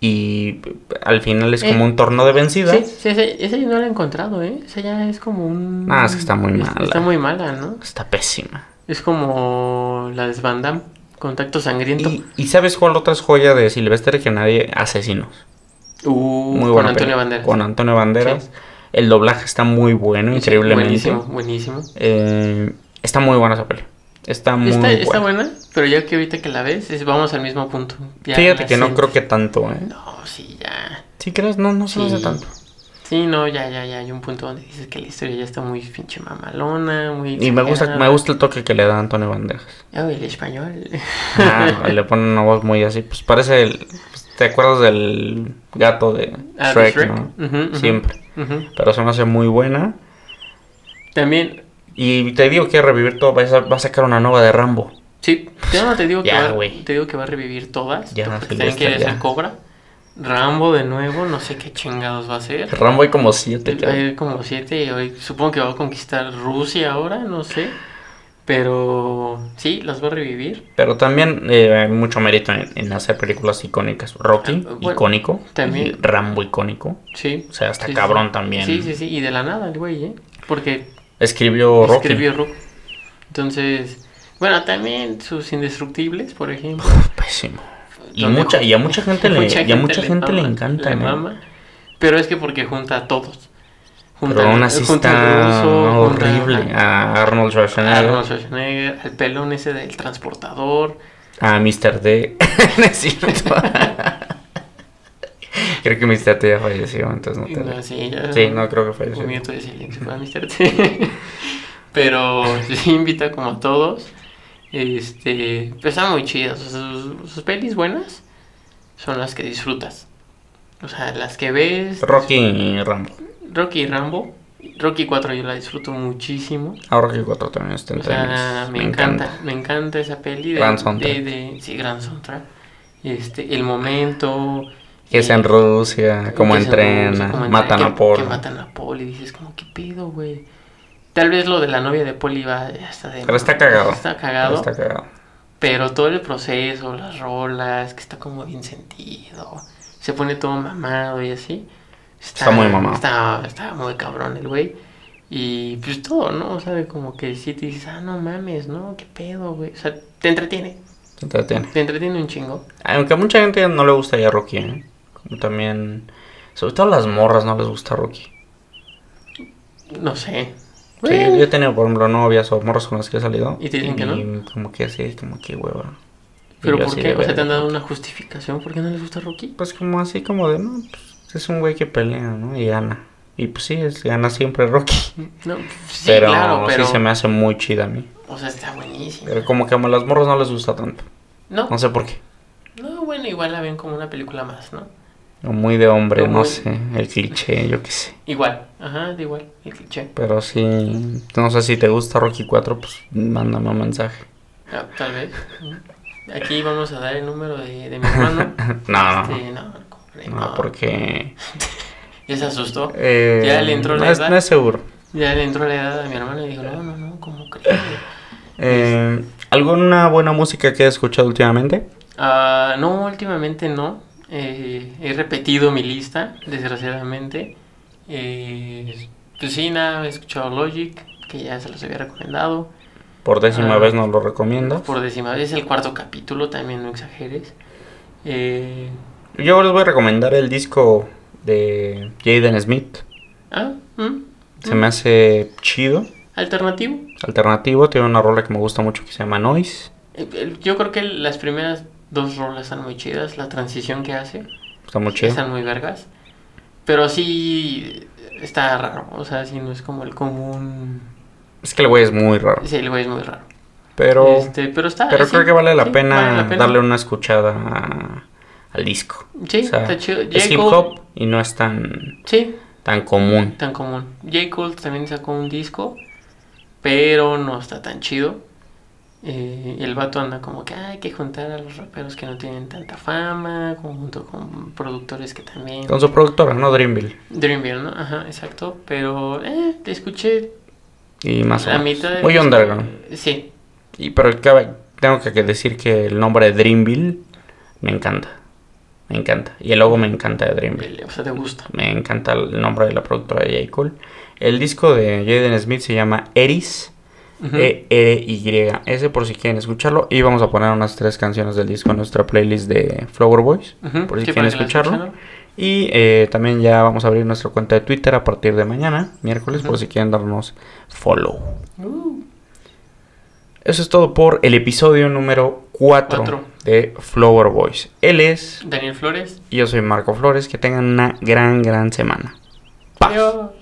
Speaker 5: y al final es como
Speaker 4: Eh.
Speaker 5: un torneo de vencidas.
Speaker 4: Sí, sí, ese, ese no lo he encontrado, ¿eh? Ese ya es como un.
Speaker 5: Ah, es que está muy
Speaker 4: es-
Speaker 5: mala.
Speaker 4: Está muy mala, ¿no?
Speaker 5: Está pésima.
Speaker 4: Es como la de Van Damme, Contacto Sangriento.
Speaker 5: Y, y ¿sabes cuál otra es joya de Silvestre que nadie? Asesinos.
Speaker 4: Uh,
Speaker 5: Muy
Speaker 4: con
Speaker 5: buena
Speaker 4: Antonio
Speaker 5: peli.
Speaker 4: Banderas.
Speaker 5: Con Antonio Banderas.
Speaker 4: Sí.
Speaker 5: El doblaje está muy bueno,
Speaker 4: Sí,
Speaker 5: increíblemente.
Speaker 4: Buenísimo, buenísimo.
Speaker 5: Eh, está muy buena esa peli. Está muy
Speaker 4: está,
Speaker 5: buena.
Speaker 4: está buena, pero ya que ahorita que la ves, es- vamos al mismo punto. Ya
Speaker 5: Fíjate
Speaker 4: la
Speaker 5: que no
Speaker 4: sientes.
Speaker 5: creo que tanto, ¿eh?
Speaker 4: No, sí, ya.
Speaker 5: Si crees, no, no se me hace
Speaker 4: Sí.
Speaker 5: tanto.
Speaker 4: Sí, no, ya, ya, ya. Hay un punto donde dices que la historia ya está muy pinche mamalona, muy.
Speaker 5: Y me gusta, me
Speaker 4: exagerada.
Speaker 5: gusta el toque que le da Antonio Bandejas.
Speaker 4: Ah, el español.
Speaker 5: Ah, le pone una voz muy así. Pues parece el. pues, ¿Te acuerdas del gato de
Speaker 4: Ah, de
Speaker 5: Shrek?
Speaker 4: Shrek.
Speaker 5: no?
Speaker 4: Ujú, ujú.
Speaker 5: Siempre.
Speaker 4: Ujú.
Speaker 5: Pero se me hace muy buena.
Speaker 4: También,
Speaker 5: Y te digo que revivir todo. Va a, sa- va a sacar una nueva de Rambo.
Speaker 4: sí, yo no te digo que,
Speaker 5: Ya,
Speaker 4: va,
Speaker 5: güey.
Speaker 4: te digo que va a revivir todas.
Speaker 5: Ya,
Speaker 4: porque
Speaker 5: sí,
Speaker 4: tienen
Speaker 5: ya
Speaker 4: que
Speaker 5: está,
Speaker 4: hacer
Speaker 5: ya.
Speaker 4: Cobra. Rambo de nuevo, no sé qué chingados va a ser.
Speaker 5: Rambo hay como siete, ya.
Speaker 4: Hay como siete, y hoy supongo que va a conquistar Rusia ahora, no sé. Pero sí, las va a revivir.
Speaker 5: Pero también eh, hay mucho mérito en, en hacer películas icónicas. Rocky,
Speaker 4: Ah, bueno,
Speaker 5: icónico.
Speaker 4: también.
Speaker 5: y Rambo, icónico.
Speaker 4: Sí.
Speaker 5: O sea, hasta
Speaker 4: Sí, sí,
Speaker 5: cabrón
Speaker 4: sí.
Speaker 5: también.
Speaker 4: Sí, sí, sí. Y de la nada, el güey, ¿eh? Porque
Speaker 5: Escribió Rocky.
Speaker 4: escribió Rock. Entonces, bueno, también sus indestructibles, por ejemplo.
Speaker 5: Pésimo. Y,
Speaker 4: donde
Speaker 5: mucha,
Speaker 4: ju-
Speaker 5: y a mucha gente le, y a mucha gente le
Speaker 4: mama,
Speaker 5: encanta.
Speaker 4: le
Speaker 5: ¿no?
Speaker 4: mama. Pero es que porque junta a todos. Junta,
Speaker 5: Pero aún
Speaker 4: al-
Speaker 5: así
Speaker 4: junta
Speaker 5: está
Speaker 4: al ruso, junta
Speaker 5: horrible. ah, A Arnold
Speaker 4: A,
Speaker 5: Schwarzenegger,
Speaker 4: Arnold Schwarzenegger, al pelón ese del transportador.
Speaker 5: a Mr. D. No es cierto. creo que Mr. D ya falleció, entonces no
Speaker 4: Y
Speaker 5: te
Speaker 4: no, sí, ya-
Speaker 5: Sí, no, creo que falleció.
Speaker 4: Un minuto de silencio para Mr. T. Pero sí invita como a todos. Este, pues están muy chidas. o sea, sus, sus pelis buenas son las que disfrutas. O sea, las que ves.
Speaker 5: Rocky y Rambo.
Speaker 4: Rocky y Rambo. Rocky 4 yo la disfruto muchísimo.
Speaker 5: A Rocky 4 también está
Speaker 4: O
Speaker 5: entre
Speaker 4: sea,
Speaker 5: mis-
Speaker 4: me, encanta, Me encanta esa peli. De,
Speaker 5: Gran
Speaker 4: de,
Speaker 5: soundtrack.
Speaker 4: de- sí, gran soundtrack. Este, el momento.
Speaker 5: Que
Speaker 4: eh,
Speaker 5: se en Rusia, cómo
Speaker 4: que se
Speaker 5: entrena,
Speaker 4: reduce, cómo
Speaker 5: matan
Speaker 4: entrena,
Speaker 5: a
Speaker 4: que-
Speaker 5: Paul.
Speaker 4: Que matan a Paul y dices, como, ¿qué pedo, güey? Tal vez lo de la novia de Paul iba hasta de...
Speaker 5: Pero está cagado.
Speaker 4: Está
Speaker 5: Pero
Speaker 4: cagado.
Speaker 5: está cagado.
Speaker 4: Pero todo el proceso, las rolas, que está como bien sentido. Se pone todo mamado y así.
Speaker 5: Está muy mamado.
Speaker 4: Está, está muy cabrón el güey. Y pues todo, ¿no? O sea, como que si te dices, ah, no mames, ¿no? ¿Qué pedo, güey? O sea, te entretiene.
Speaker 5: Se entretiene.
Speaker 4: Te entretiene un chingo.
Speaker 5: Aunque a mucha gente no le gusta ya Rocky, ¿eh? Como también. Sobre todo a las morras no les gusta Rocky.
Speaker 4: No sé.
Speaker 5: Sí,
Speaker 4: Bueno,
Speaker 5: yo he tenido, por ejemplo, novias o morras con las que he salido.
Speaker 4: ¿Y te dicen que no?
Speaker 5: y como que así, como que hueva. Y
Speaker 4: ¿Pero
Speaker 5: yo
Speaker 4: por
Speaker 5: así
Speaker 4: qué?
Speaker 5: de
Speaker 4: O sea, ¿te han
Speaker 5: verga.
Speaker 4: dado una justificación? ¿Por qué no les gusta Rocky?
Speaker 5: Pues como así, como de, no, pues es un güey que pelea, ¿no? Y gana. Y pues sí, es- gana siempre Rocky.
Speaker 4: No, pues, sí,
Speaker 5: pero,
Speaker 4: claro, pero...
Speaker 5: sí se me hace muy chida a mí.
Speaker 4: O sea, está buenísimo.
Speaker 5: Pero como que a las morras no les gusta tanto.
Speaker 4: No,
Speaker 5: No sé por qué.
Speaker 4: no, bueno, igual la ven como una película más, ¿no?
Speaker 5: O muy de hombre,
Speaker 4: Como
Speaker 5: no
Speaker 4: muy-
Speaker 5: sé. El cliché, yo qué sé.
Speaker 4: Igual, ajá, de igual, el cliché.
Speaker 5: Pero sí, no sé si te gusta Rocky 4, pues mándame un mensaje.
Speaker 4: Ah, tal vez. Aquí vamos a dar el número de, de mi hermano.
Speaker 5: No, no,
Speaker 4: Este, no, ¿cómo creen?
Speaker 5: no,
Speaker 4: No,
Speaker 5: porque...
Speaker 4: Ya se asustó.
Speaker 5: eh,
Speaker 4: Ya le entró
Speaker 5: no
Speaker 4: la
Speaker 5: es,
Speaker 4: edad.
Speaker 5: no es seguro.
Speaker 4: Ya le entró la edad a mi hermano y dijo, no, no, no, ¿cómo crees?
Speaker 5: Eh, ¿Alguna buena música que hayas escuchado últimamente?
Speaker 4: Ah, no, últimamente no. Eh, he repetido mi lista, desgraciadamente. Eh, pues sí, nada, he escuchado Logic, que ya se los había recomendado.
Speaker 5: Por décima
Speaker 4: Ah.
Speaker 5: vez nos lo recomiendas.
Speaker 4: Por décima vez, el cuarto capítulo, también no exageres. Eh,
Speaker 5: Yo les voy a recomendar el disco de Jaden Smith.
Speaker 4: ah, mm,
Speaker 5: Se me hace chido,
Speaker 4: alternativo.
Speaker 5: alternativo. Tiene una rola que me gusta mucho que se llama Noise.
Speaker 4: Eh, eh, Yo creo que las primeras dos rolas están muy chidas, la transición que hace.
Speaker 5: Está muy
Speaker 4: que
Speaker 5: chido.
Speaker 4: están muy vergas. Pero sí está raro. O sea, sí no es como el común.
Speaker 5: Es que el güey es muy raro.
Speaker 4: Sí, el güey es muy raro.
Speaker 5: Pero,
Speaker 4: Este, pero está.
Speaker 5: pero
Speaker 4: sí,
Speaker 5: creo que vale la,
Speaker 4: sí,
Speaker 5: pena
Speaker 4: vale la pena.
Speaker 5: darle una escuchada a- al disco.
Speaker 4: Sí,
Speaker 5: O sea,
Speaker 4: está chido.
Speaker 5: Es
Speaker 4: J.
Speaker 5: hip
Speaker 4: Cole-
Speaker 5: hop y no es tan,
Speaker 4: Sí,
Speaker 5: tan común.
Speaker 4: tan común. J. Cole también sacó un disco, pero no está tan chido. Eh, el vato anda como que "Ah, hay que juntar a los raperos que no tienen tanta fama, como junto con productores que también.
Speaker 5: Con su productora, ¿no? Dreamville.
Speaker 4: Dreamville, ¿no? Ajá, exacto. Pero eh, te escuché
Speaker 5: Y más o
Speaker 4: la
Speaker 5: menos.
Speaker 4: mitad del
Speaker 5: Muy
Speaker 4: disco.
Speaker 5: underground.
Speaker 4: Sí,
Speaker 5: Y, pero cabe- tengo que que decir que el nombre de Dreamville me encanta. Me encanta. Y el logo me encanta de Dreamville.
Speaker 4: O sea, te gusta.
Speaker 5: Me encanta el nombre de la productora de J. Cole. El disco de Jaden Smith se llama Eris. Eh, E E-R-Y. Ese por si quieren escucharlo. Y vamos a poner unas tres canciones del disco en nuestra playlist de Flower Boys.
Speaker 4: Ujú,
Speaker 5: Por si
Speaker 4: sí, para
Speaker 5: quieren
Speaker 4: que la
Speaker 5: escucharlo.
Speaker 4: escucharon.
Speaker 5: Y eh, también ya vamos a abrir nuestra cuenta de Twitter a partir de mañana, miércoles, por si quieren darnos follow.
Speaker 4: Uh,
Speaker 5: Eso es todo por el episodio número 4
Speaker 4: Cuatro.
Speaker 5: de Flower Boys. Él es,
Speaker 4: Daniel Flores.
Speaker 5: y yo soy Marco Flores. Que tengan una gran, gran semana.
Speaker 4: Adiós.